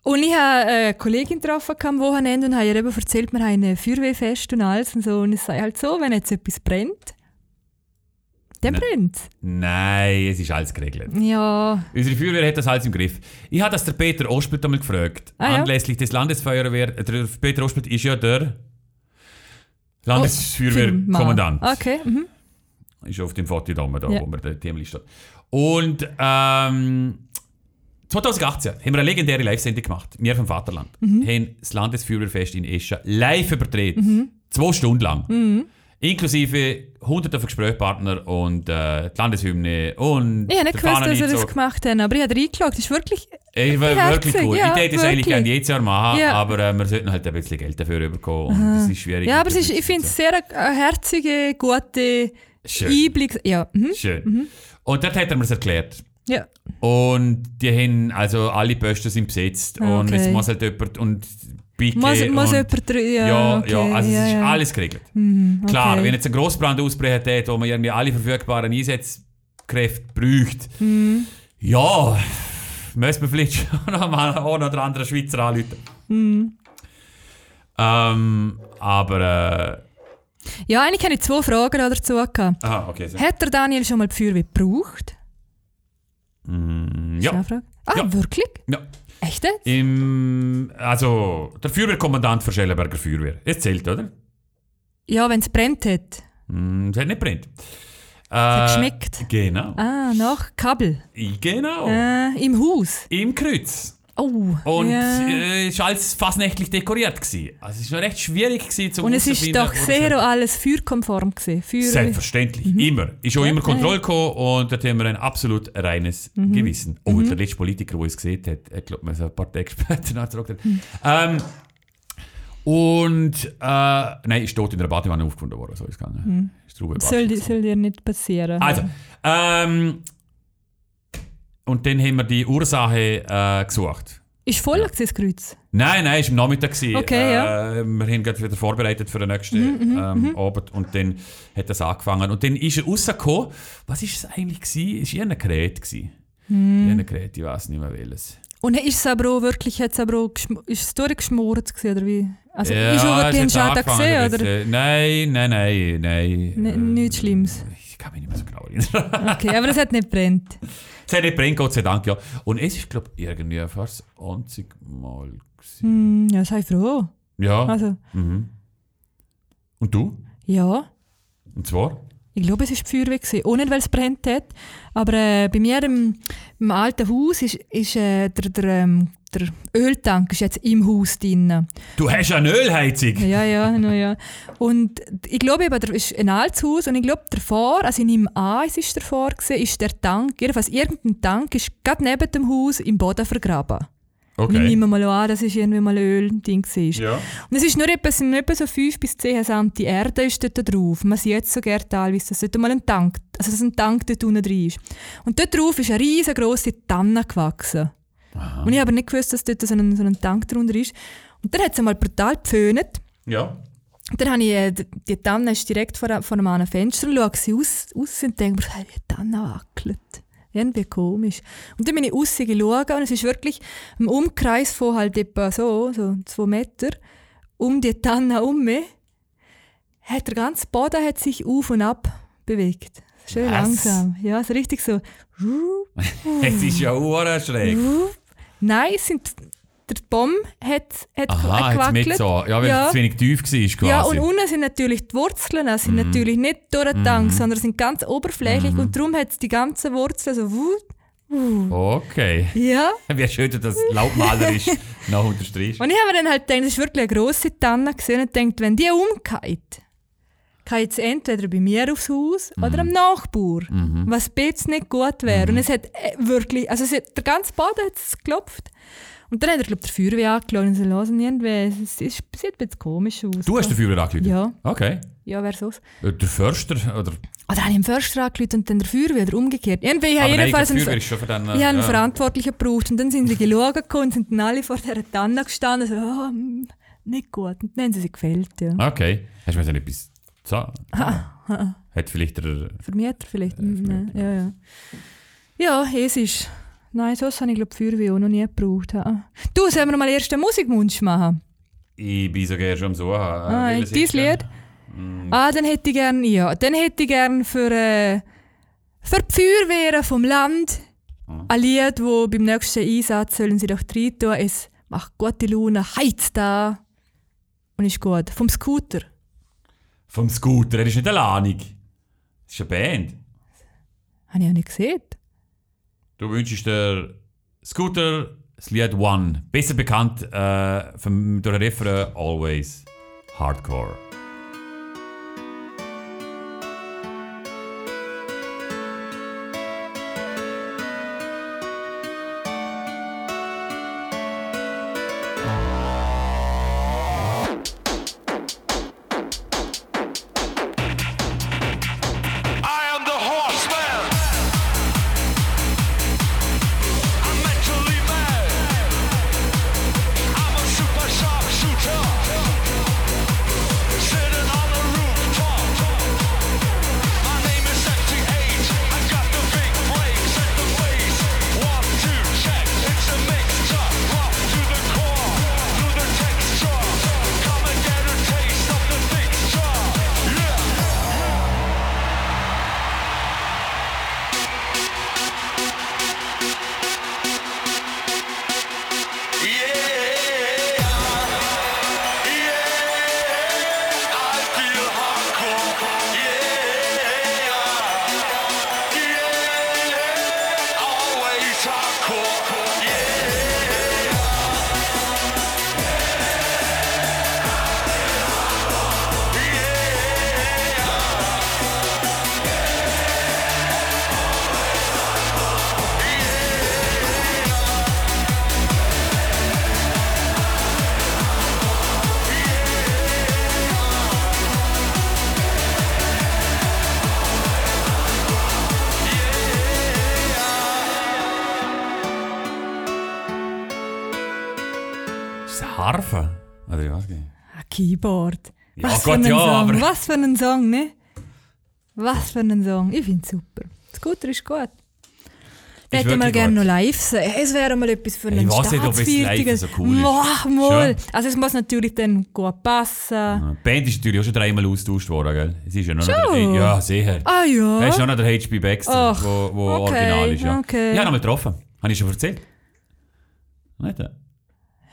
A: Und ich habe eine Kollegin getroffen am Wochenende und habe ihr eben erzählt, wir haben ein Feuerwehrfest und alles und so. Und es sei halt so, wenn jetzt etwas brennt, dann
B: Nein.
A: brennt
B: Nein, es ist alles geregelt.
A: Ja,
B: Unsere Feuerwehr hat das alles im Griff. Ich habe das der Peter Ospelt einmal gefragt.
A: Ah, ja.
B: Anlässlich des Landesfeuerwehr. Der Peter Ospelt ist ja der
A: Firma.
B: Landesfeuerwehrkommandant.
A: Okay, mhm.
B: Ist auf dem Foto da, oben, da
A: Ja.
B: wo wir der Themenliste hat. Und ähm, 2018 haben wir eine legendäre Live-Sendung gemacht. Wir vom Vaterland.
A: Mhm.
B: Haben das Landesfeuerwehrfest in Escha live übertragen.
A: Mhm.
B: Zwei Stunden lang. Inklusive hunderte von Gesprächspartner und äh, die Landeshymne und
A: Ich habe nicht
B: der
A: gewusst, dass ihr
B: Fahnenhitzer.
A: das gemacht habt, aber ich habe reingeschaut. Das ist wirklich.
B: Es war
A: Herzig,
B: wirklich cool.
A: Äh, ja,
B: ich hätte es eigentlich
A: wirklich.
B: gerne jedes Jahr machen,
A: Ja.
B: aber äh, wir sollten halt ein bisschen Geld dafür bekommen. Und das ist schwierig.
A: Ja, aber es
B: mit
A: ist,
B: dem
A: ich finde es
B: Budget
A: sehr eine- eine herzige, gute
B: und so. Schön.
A: Einblick. Ja, mhm.
B: schön. Und dort hat er mir es erklärt.
A: ja.
B: Und die haben, also alle Posten sind besetzt.
A: Ah,
B: Und es
A: okay.
B: muss halt jemand und Bike
A: Muss,
B: und,
A: muss jemand drin. Ja,
B: ja,
A: okay.
B: ja, also
A: ja,
B: es ist
A: ja.
B: alles geregelt.
A: Mhm, okay.
B: Klar, wenn jetzt ein Grossbrand ausbrechen hätte, wo man irgendwie alle verfügbaren Einsatzkräfte bräuchte,
A: Hm.
B: ja, müsste man vielleicht schon noch mal einen oder anderen Schweizer anrufen.
A: Hm.
B: Ähm, aber,
A: Ja, eigentlich habe ich zwei Fragen dazu gehabt.
B: äh, aha, okay. So.
A: Hat der Daniel schon mal die Feuerwehr gebraucht?
B: Mm,
A: Ist eine
B: ja,
A: Frage. Ah,
B: Ja.
A: wirklich?
B: ja.
A: Echt jetzt?
B: Im, also, der Feuerwehrkommandant von Schellenberger Feuerwehr. Es zählt, oder?
A: Ja, wenn es brennt hat.
B: Mm, es hat nicht brennt. Äh,
A: hat geschmeckt.
B: Genau.
A: Ah, nach Kabel.
B: Genau.
A: Äh, Im Haus.
B: Im Kreuz.
A: Oh.
B: Und
A: ja.
B: äh, es war alles fast nächtlich dekoriert. Gewesen. Also es war recht schwierig gewesen, zu
A: Und es ist
B: herauszufinden,
A: doch
B: wo das
A: sehr Mhm.
B: hat-
A: alles feuerkonform gewesen. Feuer.
B: Selbstverständlich, immer. Ist auch immer Kontrolle gekommen und dort haben wir ein absolut reines
A: Mhm.
B: Gewissen. Oh, der letzte Politiker, der es gesehen hat, ich glaube, man so ein paar Tage später nachgefragt hat.
A: Mhm.
B: Ähm, und, äh, nein, ist tot in der Badewanne aufgefunden worden, so ist es gegangen. Ist drüber
A: Mhm. Soll,
B: gewaschen.
A: di- soll dir nicht passieren.
B: Also, ähm, und dann haben wir die Ursache äh, gesucht.
A: Ist voll gewesen, das Kreuz.
B: Nein, nein, es war am Nachmittag. gewesen.
A: Okay,
B: äh,
A: ja. Mhm,
B: Wir haben gerade wieder vorbereitet für den nächsten ähm, Abend und dann hat das angefangen. Und dann ist er rausgekommen.
A: Hm.
B: Was war es eigentlich? Gewesen? Es war irgendein Gerät. Gewesen. Irgendein Gerät, ich weiß nicht mehr welches.
A: Und ist es aber auch wirklich, hat es aber auch geschm- ist es durchgeschmort gewesen, oder wie? Also
B: Ja,
A: ist auch
B: es
A: wirklich ein
B: hat
A: Schaden
B: angefangen ein
A: gesehen, oder?
B: bisschen. Nein, nein, nein, nein. Ähm,
A: N nichts Schlimmes.
B: Ich kann mich nicht mehr so genau erinnern.
A: Okay, aber es hat nicht brennt.
B: Es hat nicht brennt, Gott sei Dank, ja. Und es ist, glaube ich, irgendwie fast das einzige Mal gewesen.
A: Hm, ja, sei froh.
B: Ja.
A: Also,
B: Mhm. Und du?
A: ja.
B: Und zwar?
A: Ich glaube, es war die Feuerwehr, gewesen. auch nicht, weil es brennt hat. Aber äh, bei mir im, im alten Haus ist, ist äh, der, der, ähm, der Öltank ist jetzt im Haus drin.
B: Du hast eine Ölheizung!
A: Ja, ja, na ja. Und ich glaube, eben, da ist ein altes Haus und ich glaube, davor, also ich nehme an, es ist davor, gewesen, ist der Tank, jedenfalls irgendein Tank, ist gerade neben dem Haus im Boden vergraben. Und Ich
B: Okay.
A: nehme mal an, dass es irgendwie mal ein Ölding war.
B: Ja.
A: Und es ist nur etwa, sind nur etwa so 5 bis 10 Cent die Erde ist dort drauf. Man sieht sogar teilweise, dass dort mal ein Tank, also dass ein Tank dort unten drin ist. Und dort drauf ist eine riesengroße Tanne gewachsen.
B: Aha.
A: Und ich habe nicht gewusst, dass dort so ein, so ein Tank drunter ist. Und dann hat es einmal brutal gepföhnt.
B: Ja.
A: Und Dann habe ich, äh, die- die Tanne ist direkt vor, vor einem Fenster, schaue sie aus, aus und denke mir, hey, die Tanne wackelt. Irgendwie komisch. Und dann bin ich raus geschaut und es ist wirklich im Umkreis von halt etwa so, so zwei Meter, um die Tanne herum, hat der ganze Boden hat sich auf und ab bewegt. Schön
B: Was?
A: langsam. Ja, so richtig so.
B: Es ist ja hure schräg.
A: Nein, es sind, der Baum hat, hat
B: Aha, jetzt mit so. Ja, weil
A: Ja.
B: es zu wenig tief war quasi. Mhm.
A: Ja, und unten sind natürlich die Wurzeln, es sind natürlich nicht durch den Tank, sondern sind ganz oberflächlich und darum hat es die ganzen Wurzeln so wut.
B: okay.
A: Ja,
B: Wie schön du das laubmalerisch noch unterstreichst.
A: und ich habe mir dann halt gedacht, das ist wirklich eine grosse Tanne gesehen und denkt, wenn die umgeht, geht es entweder bei mir aufs Haus
B: Mhm.
A: oder am Nachbar, was jetzt nicht gut wäre. Und es hat äh, wirklich, also es hat, der ganze Boden hat es geklopft. Und dann hat er, glaube ich, die Feuerwehr angeschaut und sie lassen irgendwie, es, ist- es sieht ein bisschen komisch aus.
B: Du hast den Führer angeleitet?
A: Ja,
B: Okay.
A: ja, wer sonst?
B: Äh, Der Förster oder
A: Oder habe ich im Förster angerufen und dann der Feuerwehr oder umgekehrt? Irgendwie, ich habe
B: Aber nein,
A: jedenfalls
B: der
A: einen,
B: Führer
A: Ver-
B: ist schon für den...
A: ich habe einen Verantwortlichen gebraucht und dann sind sie geschaut gekommen und sind dann alle vor dieser Tanne gestanden so, oh, hm, nicht gut. Und dann haben sie sich gefällt, ja.
B: Okay. Hast du mir dann etwas gesagt? Hat vielleicht der...
A: Vermieter vielleicht? Nein, ja, ja. Ja, es ist... Nein, sonst habe ich glaube die Feuerwehr auch noch nie gebraucht. ha. Du, sollen wir mal erst einen Musikwunsch machen?
B: Ich bin sogar schon am Suchen.
A: Ah,
B: Welches
A: dein
B: hättest du
A: Lied?
B: gern? Mhm.
A: Ah, dann hätte ich gern, ja, dann hätte ich gern für, äh, für die Feuerwehren vom Land
B: Ah.
A: ein Lied, wo beim nächsten Einsatz sollen sie doch rein tun, es macht gute Laune, heizt da und ist gut. Vom Scooter.
B: Vom Scooter. Er ist nicht alleinig. Es ist eine Band.
A: Habe ich auch nicht gesehen.
B: Du wünschst dir Scooter, das Lied One. Besser bekannt äh, vom, durch den Refrain Always Hardcore.
C: I am the horseman. I'm mentally mad. I'm a super sharp shooter. Sitting on a rooftop. My name is FT8. I got the big breaks and the waist. One, two, check. It's a mixture. Pop to the core. Through the texture. Come and get a taste of the mixture. Yeah. Yeah, yeah, I feel hardcore. Yeah, yeah, always hardcore.
B: Ist das eine Harfe? Oder ich weiß nicht.
A: Ein Ah, Keyboard.
B: Ja,
A: Was
B: Gott,
A: für ein
B: ja,
A: Song.
B: aber-
A: Was für ein Song, ne? Was für ein Song. Ich finde es super. Scooter ist gut. Ich hätte
B: wirklich
A: mal gerne noch
B: gut.
A: live sehen. Es wäre mal etwas für
B: Ich
A: einen
B: weiß nicht, ob es live
A: Staatsfeiertag.
B: so cool ist.
A: Mach mal.
B: Schon.
A: Also es muss natürlich dann gut passen.
B: Die Band ist natürlich auch schon dreimal austauscht worden, gell? Es ist ja noch
A: Schon?
B: der, ja, sicher.
A: Ah ja.
B: Er ist noch der H.P. Baxter,
A: Ach,
B: wo, wo
A: okay,
B: original ist. Ja,
A: okay.
B: ja noch mal getroffen. Habe ich schon erzählt. Nicht? äh?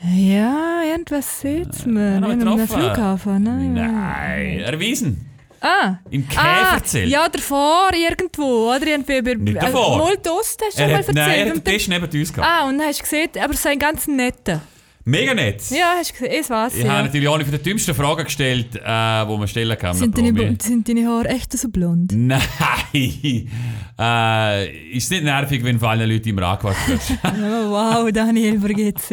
A: Hm. Ja, irgendwas sieht
B: Ja,
A: man.
B: noch
A: Ja,
B: mal
A: in einem
B: getroffen.
A: Flughafen. Ne?
B: Nein, erwiesen.
A: Ah.
B: Im
A: Ah,
B: Käferzelt.
A: ja, davor irgendwo. Oder irgendwie bei,
B: Nicht
A: also,
B: davor.
A: Mal die Ost hast du schon
B: Er
A: mal
B: hat,
A: erzählt.
B: nein, er
A: Und
B: hat den Tisch neben uns gehabt.
A: Ah, und dann hast du gesehen, aber es sind ganz nette.
B: Mega nett.
A: Ja, hast du gesehen, es war's.
B: Ich habe
A: ja.
B: natürlich auch eine von den dümmsten Fragen gestellt, äh, die man stellen kann.
A: Sind
B: einem
A: deine,
B: Promi.
A: sind deine Haare echt so blond?
B: Nein! Äh, ist nicht nervig, wenn vor allen Leuten im Rad wird.
A: Ja, wow, Daniel, vergeht's.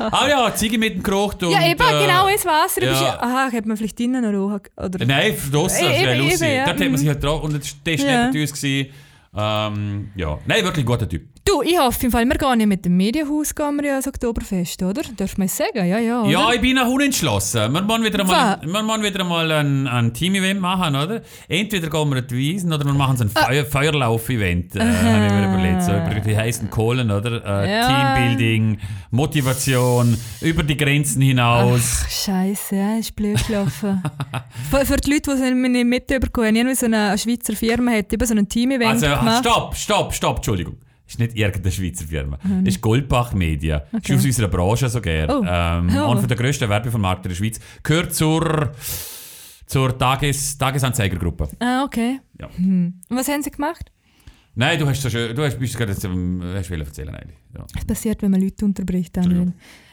B: ah ja, Ziege mit dem Geruch und...
A: Ja, eben,
B: äh,
A: genau, es war's. Du
B: ja.
A: bist ja- Aha, hätte man vielleicht drinnen noch Rohr- oder
B: Nein, von draussen, das
A: Eben,
B: wäre lustig.
A: eben, ja. Mhm.
B: Dort hat man sich halt drauf und das war
A: Ja.
B: neben uns. Gewesen. Ähm, ja. Nein, wirklich ein guter Typ.
A: Du, ich hoffe im Fall, wir gehen ja mit dem Medienhaus gehen wir ja ans Oktoberfest, oder? Darf man es sagen? Ja, ja. Oder?
B: Ja, ich bin auch unentschlossen. Wir wollen wieder mal,
A: Was?
B: wir wollen wieder mal ein, ein Team-Event machen, oder? Entweder gehen wir die Wiesen oder wir machen so ein
A: Ah.
B: Feuer, Feuerlauf-Event, äh, habe ich mir überlegt. So über die heißen Kohlen, oder? Äh,
A: Ja.
B: Teambuilding, Motivation, über die Grenzen hinaus.
A: Ach, Scheiße, ja, ist blöd gelaufen. für, für die Leute, die es nicht mitbekommen haben, irgendwie so eine Schweizer Firma hat eben so ein Team-Event
B: also,
A: gemacht.
B: stopp, stopp, stopp, Entschuldigung. Ist nicht irgendeine Schweizer Firma. Ist Goldbach Media. Ist aus unserer Branche sogar.
A: Hm. Oh.
B: Ähm,
A: Oh.
B: Einer der grössten Werbevermarkter der Schweiz. Gehört zur, zur Tages, Tagesanzeigergruppe.
A: Ah, okay.
B: Ja.
A: Hm. Und was haben sie gemacht?
B: Nein, du hast so schön, du hast, bist gerade jetzt, ähm, hast will erzählen eigentlich. Ja.
A: Das passiert, wenn man Leute unterbricht, Daniel.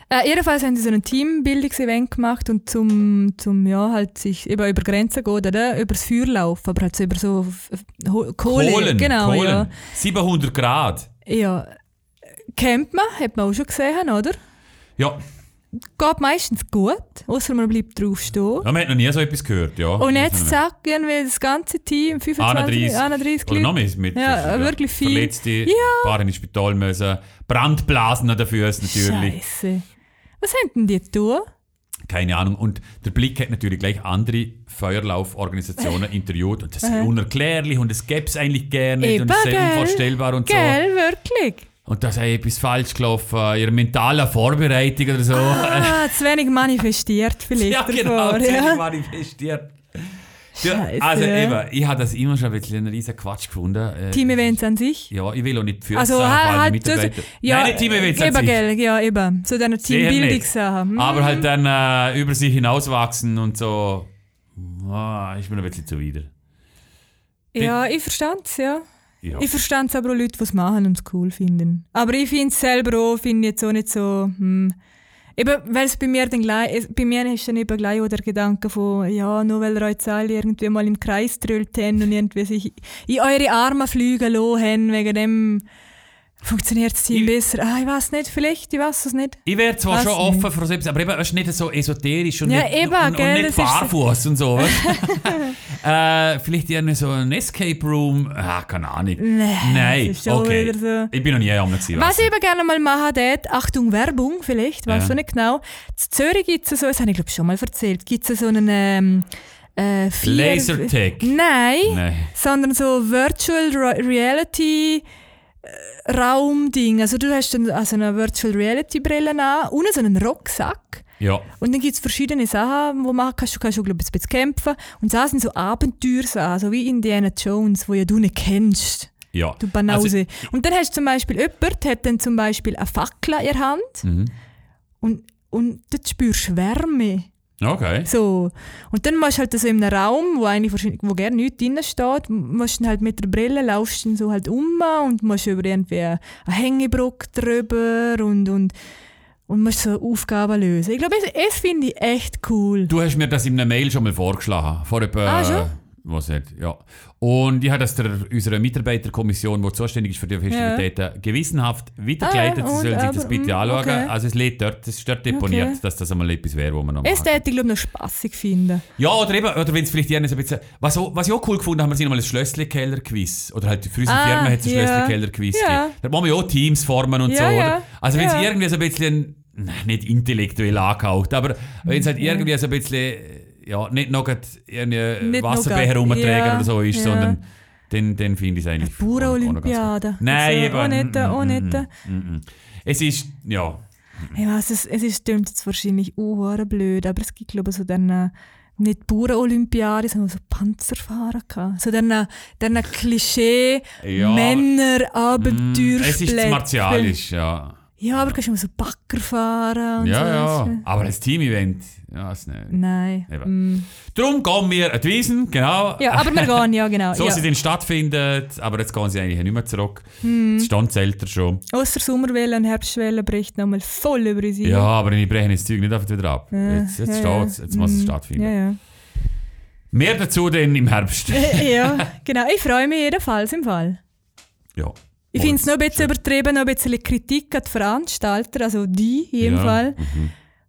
A: Äh, jedenfalls haben sie so ein Teambildungsevent gemacht und zum, zum ja, halt sich über, über Grenzen gehen, oder? Über das Feuer laufen, aber halt so über so F- F- Ho- Kohle. genau,
B: Kohlen.
A: ja.
B: 700 Grad.
A: Ja, kennt man, hat man auch schon gesehen, oder?
B: Ja,
A: Geht meistens gut, außer man bleibt drauf stehen.
B: ja, man hat noch nie so etwas gehört, ja.
A: Und jetzt sagt irgendwie das ganze Team, 25,
B: 31,
A: 31
B: Oder noch
A: Leute.
B: mehr mit
A: Ja, wirklich viel.
B: Verletzte, ein paar ins Spital müssen, Brandblasen an den Füßen natürlich.
A: Scheiße. Was haben denn die getan?
B: Keine Ahnung. Und der Blick hat natürlich gleich andere Feuerlauforganisationen interviewt und das ist unerklärlich und es gäbe es eigentlich gerne nicht und es ist
A: gell?
B: unvorstellbar und so.
A: Gell, wirklich?
B: Und da sei etwas falsch gelaufen, ihre mentale Vorbereitung oder so.
A: Ah, zu wenig manifestiert vielleicht
B: Ja, genau,
A: davor.
B: ziemlich
A: Ja.
B: manifestiert. Ja,
A: Scheiße.
B: also eben, ich habe das immer schon ein bisschen einen riesen Quatsch gefunden. Äh,
A: Team-Events an sich.
B: Ja, ich will auch nicht für
A: Also
B: Sachen, vor allem
A: halt
B: Mitarbeiter.
A: ja, äh,
B: Nein, nicht Team-Events an
A: eben,
B: sich.
A: gell, ja, eben. So deine
B: Sicher
A: Teambildungssachen.
B: nicht.
A: Hm.
B: Aber halt dann äh, über sich hinauswachsen und so. Ah, ist mir ein bisschen zuwider.
A: Ja, ich verstand's, ja.
B: Ja.
A: Ich verstand's aber auch Leute, die es machen und es cool finden. Aber ich finde es selber auch, finde ich jetzt auch nicht so, hm. Eben, weil es bei mir dann gleich, es- bei mir ist dann eben gleich auch der Gedanke von, ja, nur weil ihr euch jetzt alle irgendwie mal im Kreis drüllt habt und irgendwie sich in eure Arme fliegen lassen habt, wegen dem funktioniert das Team
B: Ich-
A: besser. Ah, ich weiß nicht, vielleicht, ich weiß es nicht.
B: Ich wäre zwar
A: Weiß
B: schon
A: nicht.
B: offen für so etwas, aber eben weißt, du, nicht so esoterisch und
A: Ja,
B: nicht,
A: eben, gell,
B: und, und
A: das
B: nicht
A: ist so-
B: barfuß und so. weißt? äh, vielleicht irgendwie so ein Escape Room. Ah, keine Ahnung.
A: Nee,
B: Nein,
A: das ist schon
B: okay.
A: wieder so.
B: Ich bin noch nie am gewesen.
A: Was
B: weißt du.
A: ich eben gerne mal machen würde, Achtung Werbung vielleicht, weiß
B: Ja.
A: du nicht genau. In Zürich gibt es so, das habe ich glaube schon mal erzählt, gibt es so einen ähm, äh, vier-
B: Lasertag.
A: Nein,
B: Nein.
A: sondern so Virtual Re- Reality äh, Raumding. Also du hast dann also eine Virtual Reality Brille an und so einen Rucksack.
B: Ja.
A: Und dann gibt es verschiedene Sachen, die man kannst, du kannst auch glaub, ich, ein bisschen kämpfen. Und das sind so Abenteuersachen, so wie Indiana Jones, wo ja du nicht kennst.
B: Ja.
A: Du Banause. und dann hast du zum Beispiel, jemand hat dann zum Beispiel eine Fackel in der Hand
B: Mhm.
A: und, und dort spürst du Wärme.
B: Also, Okay.
A: So. Und dann machst du halt so in einem Raum, wo eigentlich wahrscheinlich, wo gerne nichts drin steht, musst du halt mit der Brille laufst dann so halt um und musst über irgendwie eine Hängebrücke drüber und, und, und musst so Aufgaben lösen. Ich glaube, es, es finde ich echt cool.
B: Du hast mir das in einer Mail schon mal vorgeschlagen. Vor etwa,
A: Ah, schon?
B: Was nicht, ja. Und ich habe das der, unserer Mitarbeiterkommission, die zuständig ist für die Festivitäten, gewissenhaft weitergeleitet.
A: Ah,
B: Sie
A: und
B: sollen sich
A: aber,
B: das bitte
A: mm,
B: anschauen.
A: okay.
B: Also es lädt dort, es ist dort deponiert,
A: Okay.
B: dass das einmal etwas wäre, wo man noch
A: Es
B: macht.
A: hätte ich glaube noch spaßig finden.
B: Ja, oder eben, oder wenn es vielleicht eher so ein bisschen... Was, auch- was ich auch cool gefunden habe, wir sind einmal ein Schlössli-Keller-Quiz. Oder halt für unsere
A: Ah,
B: Firma hat es ein
A: ja.
B: Schlössli-Keller-Quiz
A: Ja.
B: gegeben. Da machen wir ja auch Teams formen und
A: Ja,
B: so, oder?
A: ja.
B: Also wenn es
A: Ja.
B: irgendwie so ein bisschen... nein, Nicht intellektuell angehaucht, aber wenn es halt irgendwie so ein bisschen... Ja, nicht noch grad irgendwie
A: Nicht noch
B: Wasserbecher
A: grad,
B: rumträgen
A: ja,
B: oder so ist,
A: ja.
B: sondern... dann, dann finde ich es eigentlich.
A: Eine pure
B: auch- auch noch ganz gut.
A: Olympiade.
B: Nein,
A: Also,
B: eben.
A: auch nicht,
B: mm,
A: auch
B: mm,
A: nicht.
B: mm, mm, mm. Es ist, ja.
A: Ich weiß, es, es ist, klingt jetzt wahrscheinlich auch blöd, aber es gibt, glaube ich, so dann äh, nicht Bauern-Olympiade, sondern so Panzerfahrer. gehabt. So dann Klischee,
B: Ja.
A: Männer, Abenteuer.
B: Es ist zu martialisch, ja.
A: Ja, aber kannst du immer so Backer fahren und
B: Ja,
A: so.
B: ja. Aber als Team-Event, ja, ist nicht.
A: Nein. Mm.
B: Eben. Darum gehen wir an die Wiesen, genau.
A: Ja, aber wir gehen, ja, genau.
B: So
A: ja.
B: sie dann stattfindet, aber jetzt gehen sie eigentlich nicht mehr zurück.
A: Hm.
B: Es stand selten schon.
A: Ausser Sommerwelle und Herbstwelle bricht nochmal voll über uns ein.
B: Ja, aber ich breche das Zeug nicht einfach wieder ab.
A: Ja,
B: Jetzt, jetzt
A: ja,
B: steht es,
A: ja.
B: jetzt muss es
A: Mhm.
B: stattfinden.
A: Ja, ja.
B: Mehr dazu dann im Herbst.
A: ja, genau. Ich freue mich jedenfalls im Fall.
B: ja.
A: Ich finde es noch ein bisschen übertrieben, noch ein bisschen Kritik an die Veranstalter, also die in jedem
B: Ja, mhm.
A: Fall.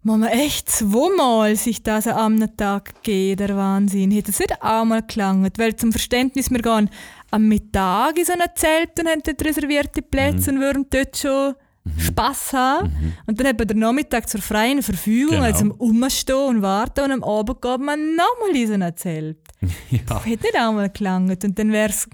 A: Muss man echt zweimal sich das am Tag geben, der Wahnsinn. Hätte es nicht einmal gelangt, weil zum Verständnis, wir gehen am Mittag in so ein Zelt und haben dort reservierte
B: Mhm.
A: Plätze und würden dort schon Spass haben. Und dann hat man den Nachmittag zur freien Verfügung,
B: Genau.
A: also am Umstehen und Warten und am Abend geht man nochmal in so ein Zelt.
B: Ja.
A: Hätte nicht einmal gelangt und dann wäre es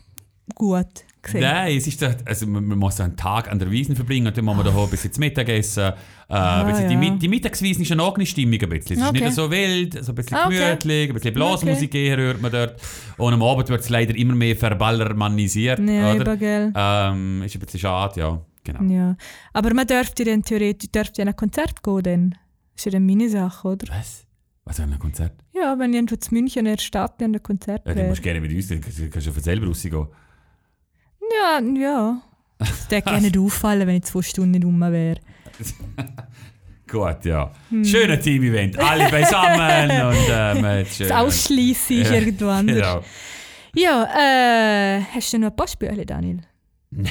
A: gut gewesen.
B: Nein, es ist doch, also man, man muss einen Tag an der Wiesen verbringen und dann muss man da ein bisschen zu Mittag essen. Äh, ein bisschen die,
A: Ah, ja.
B: Mi- die Mittagswiesen ist eine eigene Stimmung ein bisschen. Es ist
A: Okay.
B: nicht so wild, so ein bisschen
A: Ah, okay.
B: gemütlich, ein bisschen Blasmusik eher hört man dort. Und am Abend wird es leider immer mehr verballermannisiert.
A: Ja,
B: oder?
A: eben, gell.
B: Ähm, ist ein bisschen schade, ja. Genau.
A: Ja. Aber man dürfte dann theoretisch dürfte an ein Konzert gehen. Dann. Ist ja dann meine Sache, oder?
B: Was? Was für ein Konzert?
A: Ja, wenn irgendwo zu München in der Stadt an ein Konzert
B: Ja,
A: ja,
B: dann musst du gerne mit uns, dann kannst du kannst du von selber rausgehen.
A: Ja, ja. Das würde gerne nicht auffallen, wenn ich zwei Stunden nicht rum wäre.
B: Gut, ja. Schöner Team-Event, alle beisammen und äh, man hat schön.
A: Das Ausschliessen ist
B: Ja,
A: irgendwo anders.
B: Genau.
A: Ja, äh, hast du noch ein paar Spiele, Daniel?
B: Nein.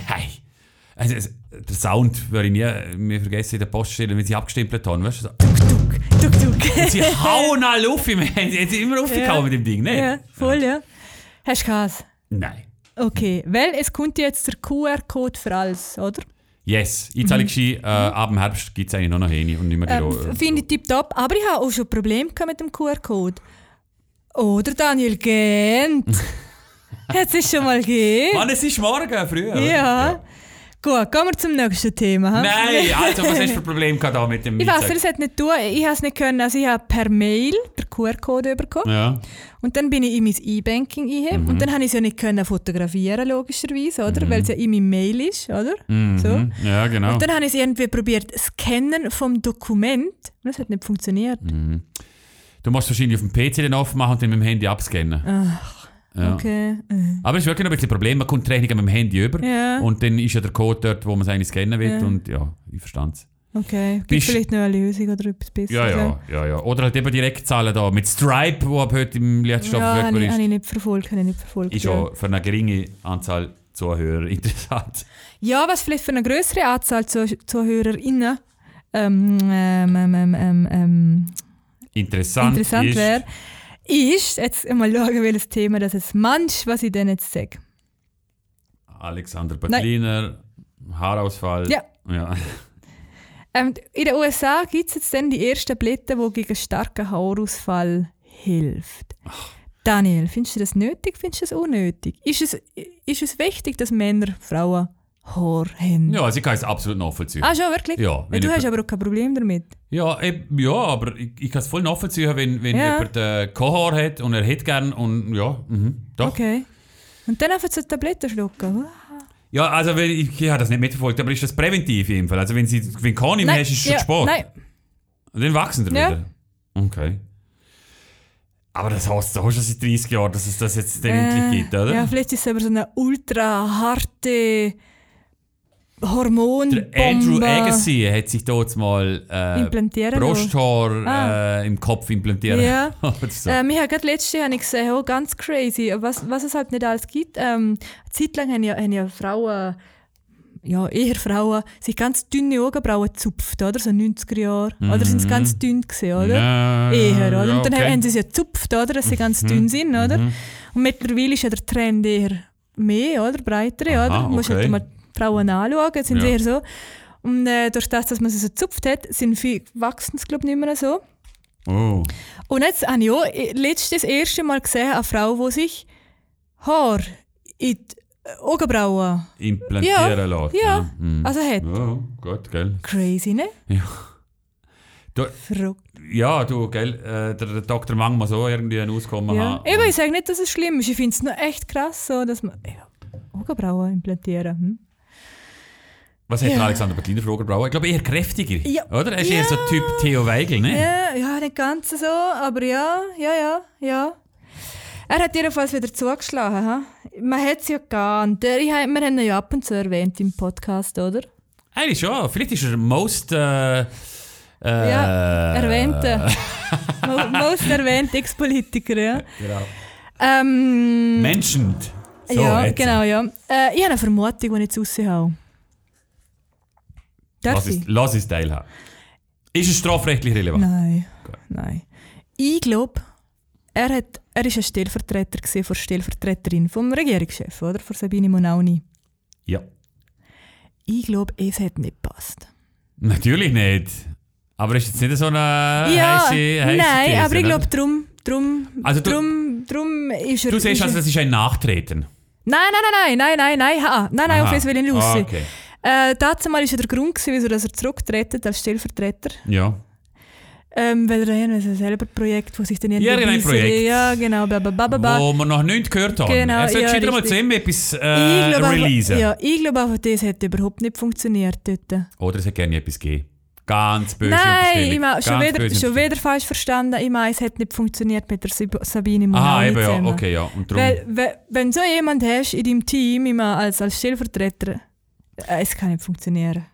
B: Also, es- der Sound würde ich nie mir vergessen in der Poststelle, wenn sie abgestempelt haben. Weißt du? so.
A: Tuk, tuk, tuk.
B: Sie hauen alle auf, ich meine, sie haben sie immer aufgehauen mit dem Ding, ne?
A: ja, voll, ja. Hast du Kass?
B: Nein.
A: Okay, weil es kommt jetzt der QR-Code für alles, oder?
B: Yes, jetzt mhm. äh, ab dem Herbst gibt es eigentlich nur noch Hähne und nicht mehr die
A: Ähm,
B: Ro-
A: Finde ich tipptopp, aber ich habe auch schon Probleme gehabt mit dem QR-Code. Oder Daniel Gent? Hat es schon mal gegeben?
B: Mann, es ist morgen früh.
A: Ja.
B: oder?
A: Gut, kommen wir zum nächsten Thema. ha?
B: Nein, also, was hast du für ein Problem gehabt da mit dem
A: Ich weiß,
B: Mietzeug?
A: das hat nicht tun. Ich habe es nicht können. Also ich habe per Mail den QR-Code bekommen.
B: Ja. Mhm.
A: Und dann bin ich in mein E-Banking ein und dann habe ich es ja nicht können fotografieren, logischerweise, oder? Weil es ja in meinem Mail ist, oder? So.
B: Mhm. Ja, genau.
A: Und dann habe ich es irgendwie probiert, scannen vom Dokument. Und Das hat nicht funktioniert.
B: Mhm. Du musst wahrscheinlich auf dem PC den aufmachen und dann mit dem Handy abscannen. Ja.
A: Ah, Okay. äh.
B: Aber es ist wirklich noch ein bisschen ein Problem, man kommt die Rechnung mit dem Handy über
A: Ja.
B: und dann ist ja der Code dort, wo man es eigentlich scannen will
A: Ja.
B: und ja, ich verstand es.
A: Okay, gibt
B: Bist-
A: vielleicht noch eine Lösung oder etwas Besseres.
B: Ja, ja, ja, ja. Oder halt eben direkt zahlen da mit Stripe, wo ab heute im Lehrstoff
A: Ja, ah, habe ich, habe
B: verfügbar ist.
A: ich nicht verfolgt, habe ich nicht verfolgt.
B: Ist
A: ja.
B: ja für eine geringe Anzahl Zuhörer interessant.
A: ja, was vielleicht für eine größere Anzahl zu, ZuhörerInnen ähm, ähm, ähm, ähm, ähm, ähm,
B: Interessant,
A: interessant
B: ist,
A: wäre, ist, jetzt mal schauen, welches Thema das ist. Manch, was ich denn jetzt sage.
B: Alexander Berliner, Haarausfall.
A: Ja.
B: ja.
A: Ähm, in den USA gibt es jetzt dann die ersten Blätter, die gegen starken Haarausfall hilft. Daniel, findest du das nötig, findest du das unnötig? Ist es, ist es wichtig, dass Männer, Frauen Haar haben?
B: Ja, also ich kann es absolut nachvollziehen.
A: Ah, schon wirklich?
B: Ja, wenn
A: du
B: ich-
A: hast aber auch kein Problem damit.
B: Ja, eb- ja, aber ich, ich kann es voll nachvollziehen, wenn, wenn
A: Ja.
B: jemand äh, kein Haar hat und er hätte gern und ja, mhm, doch.
A: Okay. Und dann einfach zur Tablette schlucken.
B: Ja, also wenn, ich, ich habe das nicht mitverfolgt, aber ist das präventiv in jedem Fall? Also wenn sie wenn keine mehr hast, ist es schon
A: ja,
B: Sport.
A: Nein,
B: Und dann wachsen die
A: Ja.
B: wieder. Okay. Aber das heißt doch schon seit 30 Jahren, dass es das jetzt dann
A: Äh,
B: endlich gibt, oder?
A: Ja, vielleicht ist es aber so eine ultra harte Hormonbombe.
B: Der Andrew Agassi hat sich da jetzt mal äh,
A: Implantieren lassen.
B: Brusthaar
A: Ah.
B: äh, im Kopf implantiert.
A: Ja.
B: Oder so.
A: Ähm, ich habe gerade letzte habe ich gesehen, oh, ganz crazy, was, was es halt nicht alles gibt. Ähm, eine Zeit lang haben ja, haben ja Frauen, ja, eher Frauen, sich ganz dünne Augenbrauen gezupft, oder? So 90er Jahre. Oder sind sie ganz dünn gesehen, oder?
B: Mhm. Ja,
A: Eher, oder?
B: Äh, ja,
A: Und dann
B: okay. Mhm.
A: haben sie es ja gezupft, oder? Dass sie ganz dünn sind, oder? Und mittlerweile ist ja der Trend eher mehr, oder? Breiter,
B: Aha,
A: oder? Du musst
B: okay.
A: halt mal die Frauen anschauen, sind
B: Ja.
A: eher so. Und äh, durch das, dass man sie so gezupft hat, sind viel, wachsen sie, glaube ich, nicht mehr so.
B: Oh.
A: Und jetzt habe ich auch letztes das erste Mal gesehen, eine Frau, die sich Haar in die äh, Augenbrauen.
B: Implantieren lässt.
A: Ja,
B: ne? Mhm.
A: also hat.
B: Ja, gut, gell.
A: Crazy, ne?
B: Ja. Du-
A: Verrückt.
B: Ja, du, gell, äh, der, der Dr. Mang muss auch irgendwie ein Auskommen
A: Ja.
B: haben.
A: Eben, ich sage nicht, dass es schlimm ist. Ich finde es nur echt krass, so, dass man ja, Augenbrauen implantieren. Hm?
B: Was hat
A: Ja.
B: Alexander Berliner für Augenbrauen? Ich glaube, eher kräftiger,
A: Ja.
B: oder? Er ist eher
A: Ja.
B: so Typ Theo Weigel, ne?
A: Ja, ja, nicht ganz so, aber ja, ja, ja, ja. Er hat jedenfalls wieder zugeschlagen. Ha? Man hat es ja geahnt. Der- Ich hab, wir haben ihn ja ab und zu erwähnt im Podcast, oder?
B: Eigentlich schon. Vielleicht ist er most... Äh, äh,
A: Ja, erwähnte. Mo- Most erwähnte Ex-Politiker, ja.
B: Genau.
A: Ähm,
B: Menschen. So,
A: ja,
B: jetzt.
A: genau, ja. Äh, ich habe eine Vermutung, die ich jetzt raushaue. Darf
B: Lass
A: ich?
B: es, lass es teilhaben. Ist es strafrechtlich relevant?
A: Nein,
B: Gut.
A: nein. Ich glaube, er war er ist ein Stellvertreter gewesen von der Stellvertreterin vom Regierungschef, oder? Von Sabine Monauni.
B: Ja.
A: Ich glaube, es hat nicht gepasst.
B: Natürlich nicht. Aber ist jetzt nicht so eine
A: ja,
B: heisse, heisse
A: nein,
B: These,
A: aber ich
B: ne?
A: glaube, drum, drum,
B: Also du-
A: drum, drum ist er...
B: Du siehst
A: ist
B: also,
A: er,
B: das ist ein Nachtreten.
A: nein, nein, nein, nein, nein, nein, nein, ha, nein, nein, auf
B: Aha.
A: das will ich nicht raus.
B: Ah, okay.
A: Äh, dazu mal war ja der Grund, gewesen, wieso dass er zurückgetreten hat als Stellvertreter.
B: Ja.
A: Ähm, weil er ja selber Projekt, wo sich dann irgendwie...
B: Irgendein
A: bisschen-
B: Projekt.
A: Ja, genau, ba, ba, ba, ba, ba.
B: Wo wir noch nichts gehört haben.
A: Genau,
B: er sollte
A: ja,
B: schon mal
A: richtig.
B: zusammen etwas äh,
A: Ich glaub einfach-
B: releasen.
A: Ja, ich glaube einfach, das hätte überhaupt nicht funktioniert dort.
B: Oder es hätte gerne etwas gegeben. Ganz böse
A: Nein,
B: Unterstellung.
A: ich mein, schon, wieder,
B: Ganz böse
A: schon
B: Unterstellung.
A: wieder falsch verstanden. Ich meine, es hätte nicht funktioniert mit der Sib- Sabine Monani
B: Aha, Ah, eben, ja.
A: zusammen.
B: Okay, ja. Und darum.
A: Weil, we- wenn so jemand hast in deinem Team, ich meine, als, als Stellvertreter, äh, es kann nicht funktionieren.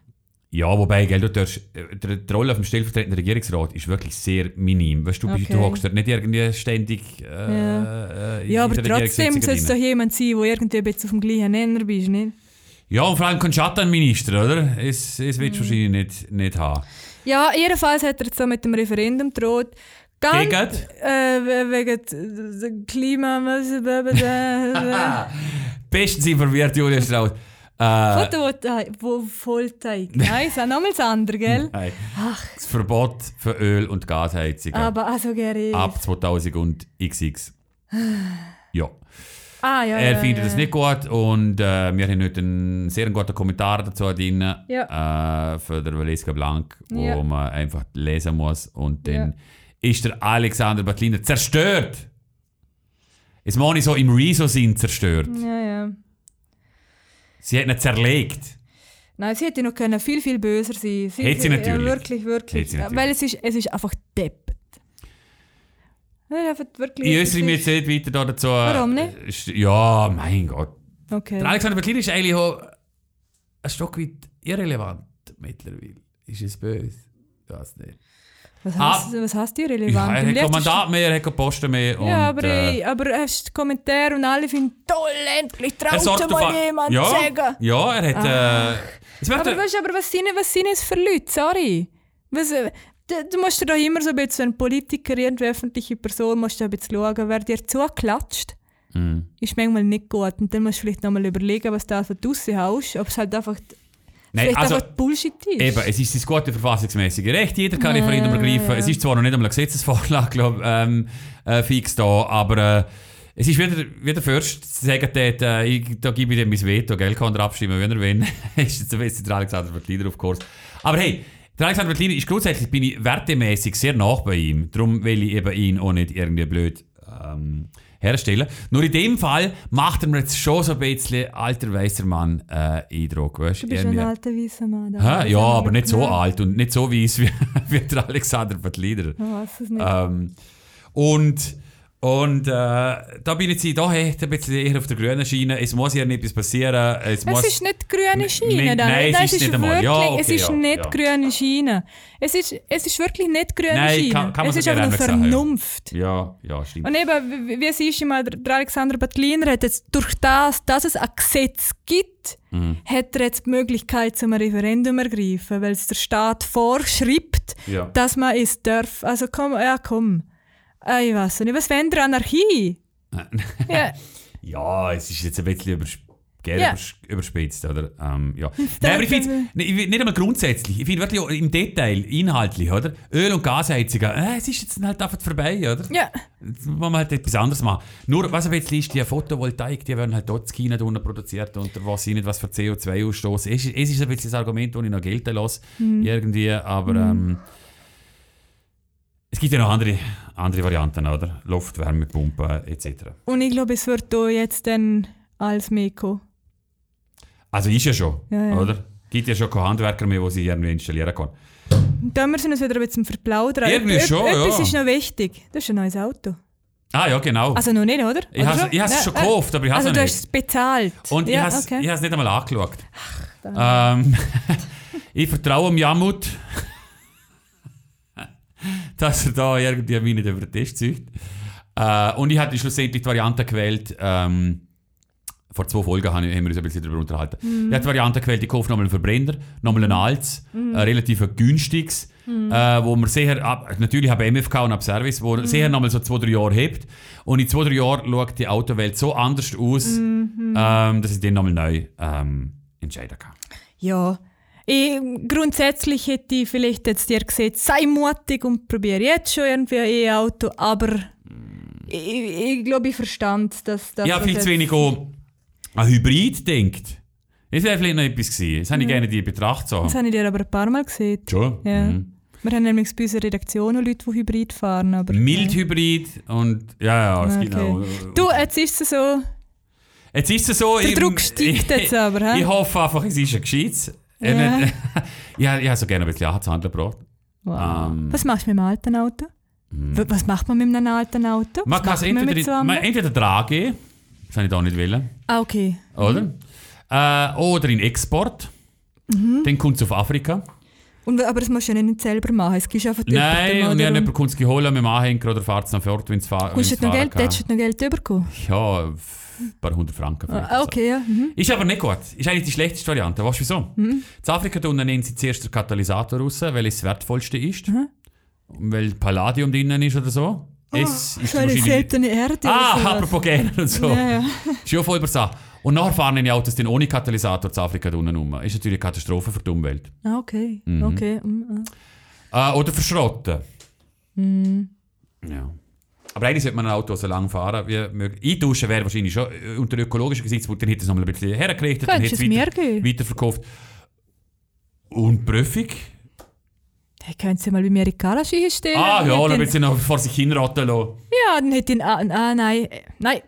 B: Ja, wobei, gell, du darfst, äh, der- die Rolle auf dem stellvertretenden Regierungsrat ist wirklich sehr minim. Weißt du, du bist-
A: Okay.
B: du hockst dort nicht irgendwie ständig äh, äh, in
A: Ja, aber
B: der
A: trotzdem soll es doch
B: Regierungssitzung
A: jemand sein, der irgendwie ein bisschen auf dem gleichen Nenner bist, nicht?
B: Ja, und vor allem kein Schattenminister, oder? Es, es willst
A: Mhm.
B: du wahrscheinlich nicht, nicht haben.
A: Ja, jedenfalls hat er jetzt so mit dem Referendum droht. Ganz,
B: Gegen?
A: Äh, we- wegen äh, Klima...
B: Ah, bestens informiert, Julia Strauss. Äh,
A: Photovoltaik. Wo- Voltaik. Nein, ist auch nochmals andere, gell?
B: nein. Das Verbot für Öl- und Gasheizungen
A: Aber also Gary.
B: ab 2000 und XX. ja.
A: Ah, ja,
B: Er
A: ja,
B: findet
A: ja.
B: es nicht gut und äh, wir haben heute einen sehr guten Kommentar dazu drin äh, für den Valeska Blank, wo
A: Ja.
B: man einfach lesen muss und dann
A: Ja.
B: ist der Alexander Batliner zerstört. Es muss nicht so im Rezo sind zerstört.
A: Ja, ja.
B: Sie hat ihn zerlegt.
A: Nein, sie hätte noch können viel, viel böser sein. Sie,
B: Hätte sie
A: Ja,
B: natürlich.
A: wirklich, wirklich.
B: Hätte sie natürlich.
A: Weil es ist, es ist einfach deppert. Ja, einfach wirklich.
B: Ich
A: es
B: äußere mich
A: ist-
B: jetzt nicht weiter da dazu. Äh,
A: Warum nicht?
B: Ja, mein Gott.
A: Okay.
B: Der Alexander Batliner ist eigentlich auch ein Stück weit irrelevant mittlerweile. Ist es böse? Ich weiß nicht.
A: Was hast, was hast du irrelevant?
B: Ah.
A: Im
B: Ja, er hat kein
A: letzten
B: Mandat mehr, er hat keine Posten mehr.
A: Sch- Ja,
B: und,
A: aber,
B: äh,
A: ey, aber hast du Kommentare und alle finden toll, endlich
B: er
A: traut
B: sorgt auf-
A: mal jemand
B: ja,
A: sagen. Ah.
B: Ja, er hat. Äh, es wird
A: Aber weißt du, aber was sind, was sind es für Leute? Sorry. Was, äh, du, du musst dir doch immer so ein bisschen, wenn Politiker, irgendeine öffentliche Person, musst du ein bisschen schauen, wer dir zuklatscht,
B: Mhm.
A: ist manchmal nicht gut. Und dann musst du vielleicht nochmal überlegen, was da so draussen haust, ob es halt einfach,
B: nein,
A: vielleicht
B: also,
A: einfach Bullshit ist.
B: eben, es ist das gute verfassungsmäßige Recht, jeder kann Referendum ergreifen.
A: ja.
B: Es ist zwar noch nicht einmal eine Gesetzesvorlage glaub, ähm, äh, fix da, aber äh, es ist wieder, wieder Fürst zu sagen, dort, äh, ich, da gebe ich dem mein Veto, gell, kann er abstimmen, wenn er will. ist jetzt ein bisschen der Alexander Vertliner auf Kurs. Aber hey, der Alexander Vertliner ist grundsätzlich, bin ich wertemäßig sehr nach bei ihm. Darum will ich eben ihn auch nicht irgendwie blöd ähm, herstellen. Nur in dem Fall macht er mir jetzt schon so ein bisschen alter weißer Mann äh, Eindruck, weißt
A: Du bist ein
B: Irgendwie-
A: alter weißer Mann. da. Also,
B: Hä?
A: Das
B: Ja,
A: haben wir
B: aber nicht so
A: gemerkt.
B: alt und nicht so weiss wie, wie der Alexander Batlider.
A: Ich weiß es nicht.
B: Ähm, und und äh, da bin ich jetzt da echt ein bisschen eher auf der grünen Schiene. Es muss ja nicht etwas passieren. Es,
A: Es
B: muss,
A: ist nicht grüne Schiene. Daniel.
B: nein, nein, es
A: Nein,
B: ist nicht einmal. Ja,
A: wirklich-
B: okay,
A: Es ist
B: ja,
A: nicht
B: ja.
A: grüne Schiene. Es ist, es ist wirklich nicht grüne
B: Nein,
A: Schiene.
B: kann- kann man
A: es
B: so
A: ist einfach nur
B: gerne auch sagen, ja.
A: Vernunft.
B: Ja, ja, stimmt.
A: Und eben, wie- wie es ist, immer, der der Alexander Batliner hat jetzt durch das, dass es ein Gesetz gibt,
B: Mhm.
A: hat er jetzt die Möglichkeit, zum Referendum ergreifen, weil es der Staat vorschreibt,
B: Ja.
A: dass man es darf. Also komm, ja komm. Ah, Ich weiß nicht, was wenn der Anarchie? ja,
B: ja, es ist jetzt ein bisschen überspitzt Gerne
A: Ja.
B: übers- überspitzt, oder? Ähm, ja. Nein, aber ich finde nicht einmal grundsätzlich, ich finde wirklich auch im Detail, inhaltlich, oder? Öl- und Gasheizungen, äh, es ist jetzt halt einfach vorbei, oder?
A: Ja.
B: Jetzt muss man halt etwas anderes machen. Nur, was aber jetzt ist, die Photovoltaik, die werden halt dort in China unten produziert und was sie nicht was für CO2-Ausstoß. Es, ist- es ist ein bisschen das Argument, das ich noch gelten lasse,
A: Mhm.
B: irgendwie, aber ähm, es gibt ja noch andere, andere Varianten, oder? Luft, Wärmepumpe etc.
A: Und ich glaube, es wird da jetzt dann als Meko.
B: Also ist ja schon,
A: Ja, ja.
B: oder? Gibt ja schon keine Handwerker mehr, die sie irgendwie installieren können.
A: Da müssen wir uns wieder ein bisschen verplaudern.
B: Irgendwie
A: Ep- ep-
B: schon,
A: Etwas
B: ja.
A: ist noch wichtig. Das ist ein neues Auto.
B: Ah ja, genau.
A: Also noch nicht, oder?
B: ich
A: Oder
B: habe es schon
A: Nein,
B: gekauft, aber ich
A: äh,
B: habe es
A: Also du
B: noch
A: hast
B: nicht.
A: es bezahlt.
B: Und ich
A: ja,
B: habe es
A: okay.
B: nicht einmal angeschaut. ähm, ich vertraue dem Jamut, dass er da irgendwie mich nicht über den Tisch zieht. Äh, und ich hatte schlussendlich die Variante gewählt, ähm, vor zwei Folgen haben haben wir uns ein bisschen darüber unterhalten.
A: Mhm.
B: Ich habe die Variante gewählt, ich kaufe nochmal einen Verbrenner, nochmal einen Alz,
A: Mhm.
B: ein relativ günstiges, äh, wo man sicher, ab, natürlich habe ich MFK und ab Service,
A: Mhm.
B: wo sicher nochmal so zwei, drei Jahre hebt. Und in zwei, drei Jahren schaut die Autowelt so anders aus,
A: Mhm.
B: ähm, dass ich den nochmal neu ähm, entscheiden kann.
A: Ja. Ich, grundsätzlich hätte ich vielleicht jetzt dir gesagt, sei mutig und probiere jetzt schon irgendwie ein E-Auto, aber ich, ich glaube, ich verstand, dass das.
B: Ich habe
A: was
B: viel
A: jetzt-
B: zu wenig auch an Hybrid gedacht. Das wäre vielleicht noch etwas gewesen. Das habe ich gerne die Betracht so.
A: Das habe ich dir aber ein paar Mal gesehen.
B: Schon?
A: Mhm. Ja.
B: Mhm.
A: Wir haben nämlich bei unserer Redaktion auch Leute, die Hybrid fahren. Aber
B: Mildhybrid und ja, ja, es gibt
A: Okay.
B: noch.
A: Du, jetzt ist es so,
B: Jetzt ist es so.
A: der
B: ich-
A: Druck steigt jetzt aber. hä?
B: Ich hoffe einfach, es ist ein Gescheites. Äh,
A: Ja.
B: Ja. ich habe so gerne ein bisschen anzuhandeln gebracht.
A: Wow.
B: Ähm. Mhm.
A: Was machst du mit einem alten Auto? W- Was macht man mit einem alten Auto?
B: Man
A: Was
B: kann
A: macht
B: es
A: man
B: entweder,
A: mit so
B: in-
A: einem?
B: man- entweder tragen, das habe ich da nicht wollen,
A: Ah, okay.
B: oder? Äh, oder in Export.
A: Mhm.
B: Dann kommt es auf Afrika.
A: Und, aber das musst du ja nicht selber machen. Es gibt einfach
B: Nein, und dann jemand kommt es geholt mit dem Anhänger oder fährt es nach Fort, wenn es fahren
A: Kostet noch Geld, hättest du noch Geld überkommen.
B: Ja, ein paar hundert Franken. vielleicht.
A: Ah, okay, ja. Mhm.
B: Ist aber nicht gut. Ist eigentlich die schlechteste Variante. Weißt du wieso? Mhm. In Afrika unten nehmen sie zuerst den Katalysator raus, weil es das wertvollste ist.
A: Mhm.
B: Und Weil Palladium drinnen ist oder so. Es ist
A: So eine
B: wahrscheinlich.
A: Ah, seltene Erde.
B: Ah,
A: oder sowas.
B: apropos Gären und so.
A: Ja, ja.
B: Schon voll übersah. Und nachher fahren die Autos dann ohne Katalysator zu Afrika unten rum. Ist natürlich eine Katastrophe für die Umwelt.
A: Ah, okay.
B: Mhm.
A: okay. mm, ah.
B: Äh, oder verschrotten. Ja. Aber eigentlich sollte man ein Auto so lang fahren wie möglich. Eintauschen wäre wahrscheinlich schon äh, unter ökologischen Gesichtspunkten, dann hätte es nochmal ein bisschen hergerichtet, dann
A: Könntest du
B: hätte
A: es mir
B: weiter,
A: geben?
B: weiterverkauft. Und Prüfung?
A: Hey, könntest du mal bei mir in die Garage hinstellen?
B: Ah ja,
A: dann,
B: dann wird sie noch vor sich hinraten lassen.
A: ja, dann hätte ich... einen- Ah, ah, nein. äh, Nein.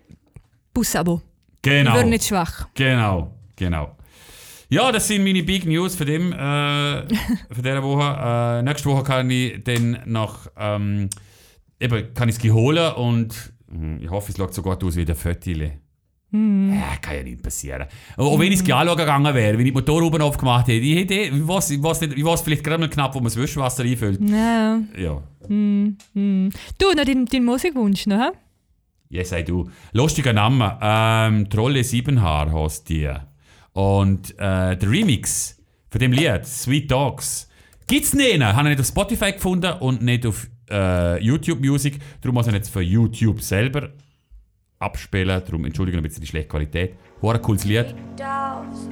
A: Busabo. Ich
B: Genau,
A: würde nicht schwach.
B: genau, genau. Ja, das sind meine Big News für, dem, äh, für diese Woche. Äh, nächste Woche kann ich dann noch ähm, eben, kann ich es holen und mh, ich hoffe, es schaut so gut aus wie der Fötile. Ja, kann ja nicht passieren. Auch wenn ich es anschauen gegangen wäre, wenn ich die Motor oben aufgemacht hätte, ich hätte, ich weiß, ich weiß, nicht, ich weiß vielleicht gerade mal knapp, wo man das Wischwasser einfüllt.
A: Ja.
B: Ja,
A: Du, noch deinen dein Musikwunsch noch, hä?
B: yes I do. Lustiger Name, ähm, Trolle Siebenhaar hast die. Und äh, der Remix von dem Lied, Sweet Dogs, gibt's nicht. Habe ich nicht auf Spotify gefunden und nicht auf äh, YouTube Music. Darum muss ich ihn jetzt für YouTube selber abspielen. Darum entschuldigen ein bisschen die schlechte Qualität. War ein cooles Lied.
D: Sweet dogs,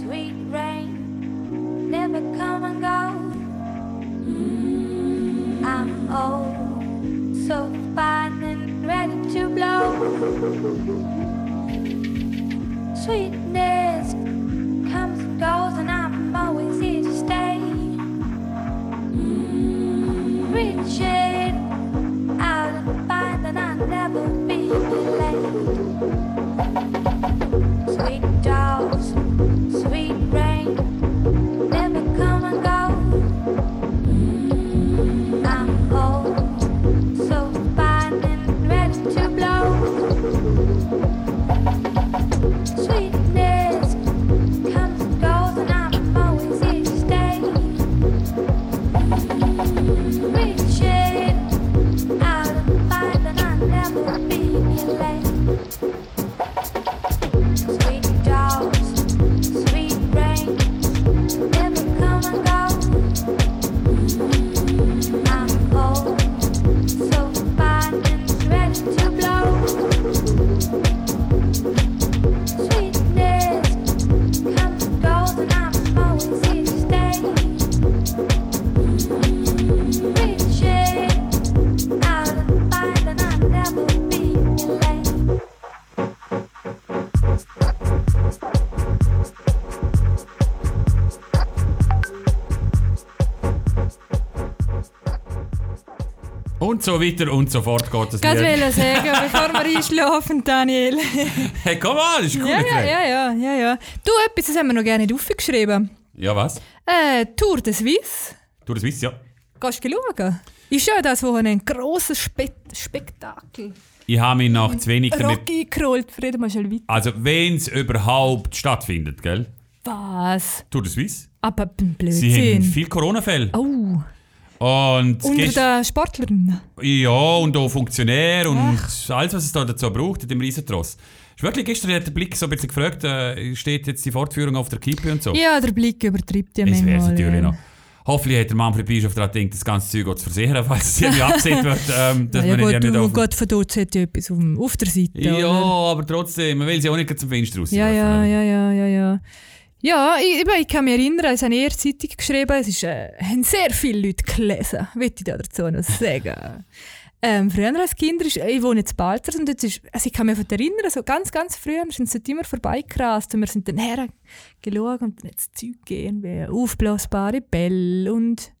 D: sweet rain, never come and go. I'm old, so fine and ready to blow. Sweetness comes and goes, and I'm always here to stay. Reaching out and finding I'll never be late. Sweet dogs, sweet rain, never come and go. I'm old, so fine and ready to blow. Sweetness comes and goes, and I'm always here to stay. Reaching
B: Und so weiter und so fort geht das
A: Gerade
B: Lied.
A: wollen sagen, bevor wir einschlafen, Daniel.
B: Hey, komm an, das ist cool.
A: Ja, ja, ja, ja, ja, ja. Du, etwas, das haben wir noch gerne nicht aufgeschrieben.
B: ja, was?
A: Äh, Tour de Suisse.
B: Du das weißt, ja.
A: Gehst du schauen? Ist ja das Wochenende ein grosses Spe Spektakel.
B: Ich habe mich nach zu wenig damit...
A: Rocky gerollt, Frieden, mal schnell weiter.
B: Also, wenn es überhaupt stattfindet, gell?
A: Was?
B: Tour de Suisse.
A: Aber ein
B: Sie haben
A: Blödsinn.
B: viel Corona-Fälle.
A: Oh,
B: Und
A: unter
B: gest-
A: den Sportlerinnen.
B: Ja, und auch Funktionär und alles, was es da dazu braucht, in dem Riesentross. Ist wirklich, gestern hat der Blick so ein bisschen gefragt, äh, steht jetzt die Fortführung auf der Kippe und so.
A: Ja, der Blick übertreibt ja
B: das wäre es
A: manchmal,
B: natürlich
A: ja.
B: noch. Hoffentlich hat der Manfred Bischof daran gedacht, das ganze Zeug auch zu versehen, falls es irgendwie abgesehen wird, ähm, dass
A: Na ja,
B: man
A: gut,
B: nicht, nicht
A: du,
B: auf...
A: Gott verdutzt hat ja etwas auf, dem- auf der Seite.
B: Ja,
A: oder?
B: aber trotzdem, man will sie auch nicht zum Fenster raus.
A: Ja, ja, ja, ja, ja, ja. Ja, ich, eben, ich kann mich erinnern, es haben eher Zeitung geschrieben, es ist, äh, haben sehr viele Leute gelesen, will ich da dazu noch sagen. ähm, früher als Kinder, ist, ich wohne jetzt in Balzers und jetzt ist, also ich kann mich daran erinnern, so ganz, ganz früh wir sind sie dort immer vorbeigerast und wir sind dann hergeschaut und dann jetzt Zeug gehen, wie aufblasbare Bälle und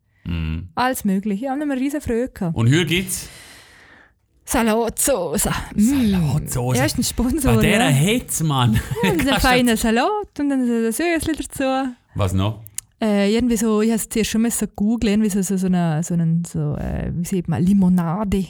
A: alles mögliche. Ja, und dann haben wir riesen Freude gehabt.
B: Und hier gibt's...
A: Salatsauce. Salatsauce.
B: Salatsauce.
A: Hm. Ja, ist ein Sponsor.
B: Bei dieser
A: ja.
B: Hetz, Mann.
A: Und einen feinen Salat und dann so ein Sösli dazu.
B: Was noch?
A: Äh, irgendwie so, ich habe es zuerst schon mal so googeln, irgendwie so, so, so eine, so, einen, so äh, wie sieht man, Limonade.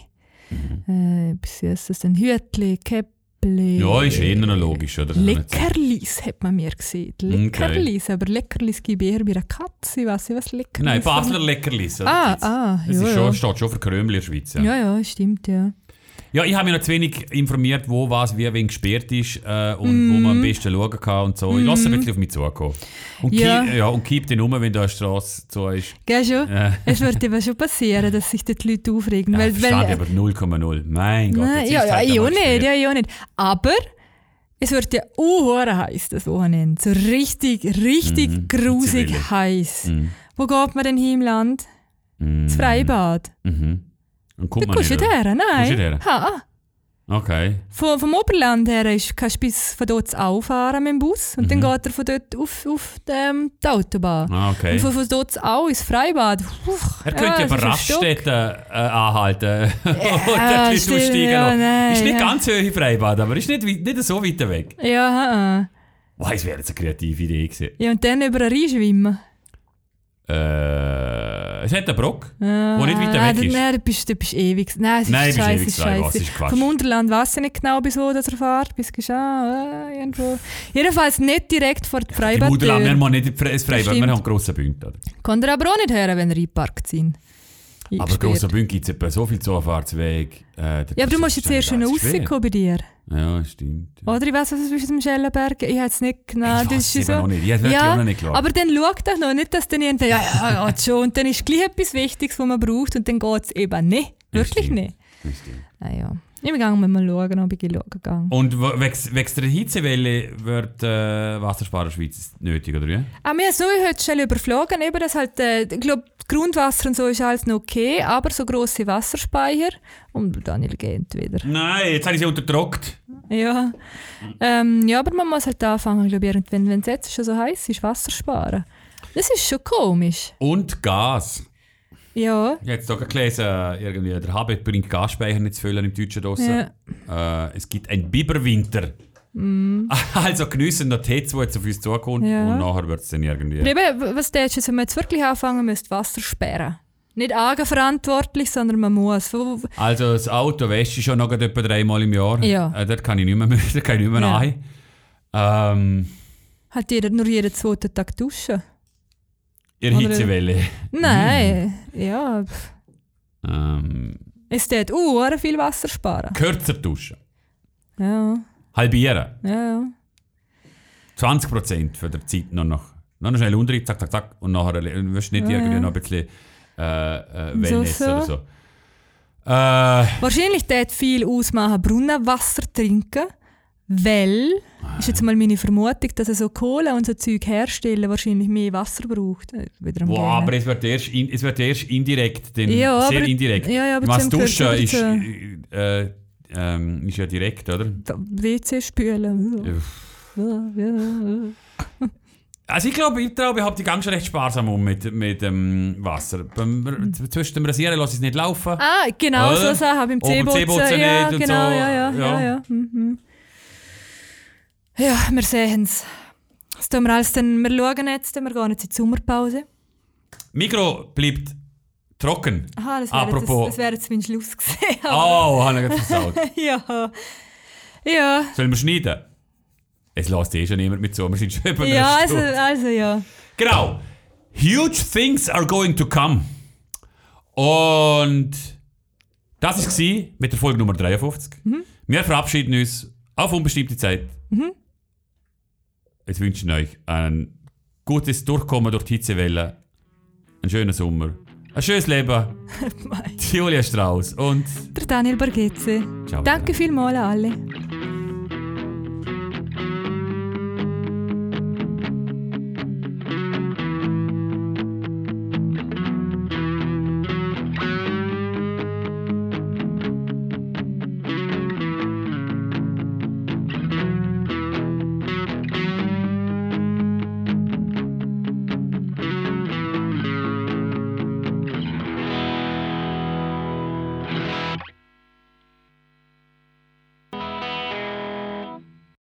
A: Äh, was ist das denn? Hütli, Käppli.
B: Mhm. Ja, ist eher noch logisch, oder?
A: Leckerlis hat man mir gesehen. Leckerlis, aber Leckerlis gebe ich eher bei einer Katze, ich weiß nicht, was Leckerlis
B: Nein, Genau, Basler
A: sind.
B: Leckerlis. oder?
A: Genau. Ah, ah,
B: Das gibt's. Es
A: ja,
B: ist schon,
A: ja.
B: steht schon für Krömel in der Schweiz. Ja, ja.
A: ja, ja, stimmt, ja.
B: ich habe mich noch zu wenig informiert, wo was wie wen gesperrt ist äh, und wo
A: Mhm.
B: man am besten schauen kann und so. Ich lasse ein bisschen auf mich zukommen. Und,
A: Ja.
B: ja. Keep, ja, und keep den um, wenn da eine Straße zu ist.
A: Gell schon?
B: Ja.
A: Es wird eben schon passieren, dass sich dort die Leute aufregen.
B: Ja,
A: weil,
B: Äh, ich verstehe
A: weil,
B: aber 0,0. Mein Gott.
A: Nein,
B: jetzt
A: ja,
B: ist
A: ja,
B: halt
A: ich auch
B: einmal
A: nicht,
B: gesperrt.
A: ja, ich auch nicht. Aber es wird ja auch heiß das Wochenende. So richtig, richtig grusig
B: Zivile.
A: heiß.
B: Mhm.
A: Wo geht man denn hin im Land?
B: Mhm.
A: Das Freibad.
B: Mhm. Und kommt
A: Da
B: man
A: kommst du
B: nicht.
A: nicht
B: oder?
A: her, nein.
B: Kommst du nicht her?
A: Ha. ah.
B: Okay.
A: Vom, vom Oberland her ist, kannst du bis von dort auffahren mit dem Bus und dann geht er von dort auf, auf ähm, die Autobahn.
B: Ah, Mhm. okay.
A: Und Ah, von, von dort auch ins Freibad. Uff,
B: Er könnte ja,
A: es
B: bei
A: ist ein Stock.
B: Raststätten äh, anhalten und
A: Ah,
B: ein bisschen
A: stimmt,
B: aussteigen.
A: ja,
B: lassen.
A: nein,
B: ist nicht
A: ja.
B: ganz höhe Freibad, aber ist nicht, wei- nicht so weit weg.
A: Ja, ha, ha.
B: Wow, das wäre jetzt eine kreative Idee gewesen.
A: ja, und dann über den Rhein schwimmen.
B: Äh, es hat einen Brock,
A: Ah,
B: wo nicht weiter
A: nein,
B: weg
A: dann-
B: ist.
A: Nein, du bist, du bist ewig. Nein, es ist
B: Nein, du bist
A: scheiße,
B: ewig
A: ist
B: frei, was
A: scheiße.
B: ist Quatsch.
A: Vom Unterland weiß ich nicht genau, bis wo das er fährt. Bis Geschah, äh, irgendwo. Jedenfalls nicht direkt vor der
B: Im Mutterland, wir
A: Freibadtür.
B: haben nicht ein Freibad, wir
A: stimmt.
B: haben einen grossen Bünd. Oder?
A: Kann er aber auch nicht hören, wenn er eingeparkt sind.
B: Aber
A: Eingesperrt.
B: grossen Bünd gibt es etwa so viel Zufahrtsweg. Äh,
A: Ja, aber du musst jetzt erst schon rauskommen bei dir.
B: Ja, stimmt.
A: Oder ich weiß, was es ist mit dem Schellenberg. Ich hätte es nicht genau.
B: Ich
A: das
B: weiss
A: ist
B: eben
A: so.
B: noch nicht. Ich hätte wirklich auch noch nicht geglaubt.
A: Aber dann schaut doch noch nicht, dass dann irgendwann, ja, ja, ja, schon. Und dann ist gleich etwas Wichtiges, was man braucht. Und dann geht es eben nicht. Wirklich
B: stimmt.
A: nicht. Ah
B: Das stimmt.
A: Naja. Im Gang müssen wir schauen, ob ich schauen gegangen.
B: Und wo- wegs- wegen der Hitzewelle wird äh, Wassersparer Schweiz nötig, oder wie?
A: Ah, wir haben es nur heute schnell überflogen, eben, dass halt, äh, ich glaube, Grundwasser und so ist alles noch okay, aber so grosse Wasserspeicher, und Daniel geht wieder.
B: Nein, jetzt habe ich sie unterdrückt.
A: Ja. Ähm, ja, aber man muss halt anfangen, glaube ich, irgendwann, wenn es jetzt schon so heiß ist, Wasser sparen. Das ist schon komisch.
B: Und Gas.
A: Ja.
B: Ich habe jetzt doch gelesen, irgendwie, der Habit bringt Gasspeicher nicht zu füllen im Deutschen draussen. Äh, es gibt einen Biberwinter. Also geniessen noch die Hitze, die jetzt auf uns zukommt
A: Mm. Ja.
B: und nachher wird es dann irgendwie...
A: Und eben, w- was tätest du jetzt, wenn man jetzt wirklich anfangen müsste, Wasser sperren? Nicht eigenverantwortlich, sondern man muss. Wo- wo-
B: Also das Auto wäsche ich schon noch etwa dreimal im Jahr.
A: Ja.
B: Äh, dort kann ich nicht mehr, dort kann ich nicht mehr
A: Ja.
B: rein. Ähm,
A: Halt jeder nur jeden zweiten Tag duschen?
B: ihr
A: Oder-
B: Hitzewelle.
A: Nein. Ja. pff.
B: Ähm,
A: Es tät auch viel Wasser sparen.
B: kürzer duschen.
A: Ja,
B: Halbieren.
A: ja, ja.
B: 20% von der Zeit noch, noch, noch schnell unten, zack, zack, zack. Und nachher le- wirst du nicht
A: Ja,
B: irgendwie
A: ja.
B: noch ein bisschen äh, äh,
A: So,
B: Wellness
A: so.
B: oder so. Äh,
A: Wahrscheinlich tät viel ausmachen, Brunnenwasser trinken, weil,
B: Ah,
A: ist jetzt mal meine Vermutung, dass er so Kohle und so Zeug herstellen wahrscheinlich mehr Wasser braucht. Äh, Wieder am
B: Wow,
A: Gähnen.
B: aber es wird erst, in, es wird erst indirekt, dann
A: Ja,
B: sehr
A: aber-
B: indirekt.
A: ja, ja, aber
B: Was
A: zum Gehört
B: duschen
A: gehört
B: ist,
A: dazu.
B: äh, äh, ähm, ist ja direkt, oder?
A: Da- WC spülen. Ja. Ja, ja.
B: Also ich glaube, ich glaube, ich habe die Gang schon recht sparsam um mit, mit dem Wasser. Beim, R- Zwischen dem Rasieren lasse ich es nicht laufen.
A: Ah, genau,
B: Oder?
A: so Sachen habe ich im
B: Oben
A: Zehbotzen.
B: Zehbotzen
A: Ja,
B: nicht und
A: genau,
B: so.
A: ja, ja, ja,
B: Ja.
A: ja. Mhm. Ja, wir sehen es. Das tun wir alles dann, wir schauen jetzt, wir gehen jetzt in die Sommerpause.
B: Mikro bleibt trocken.
A: Aha, das wäre jetzt,
B: Apropos.
A: das wäre jetzt mein Schluss gewesen.
B: oh, habe ich gerade versaut.
A: ja. Ja,
B: Sollen wir schneiden? Es lässt eh schon niemand mit zu. Wir sind schon über
A: ja,
B: einer
A: also,
B: Stunde.
A: also ja.
B: Genau. Huge things are going to come. Und das war es mit der Folge Nummer 53. Wir verabschieden uns auf unbestimmte Zeit. Jetzt wünschen euch ein gutes Durchkommen durch die Hitzewelle, einen schönen Sommer, ein schönes Leben.
A: Mei.
B: Julia Strauss und
A: Der Daniel Bargezzi.
B: Ciao.
A: Danke vielmals an alle.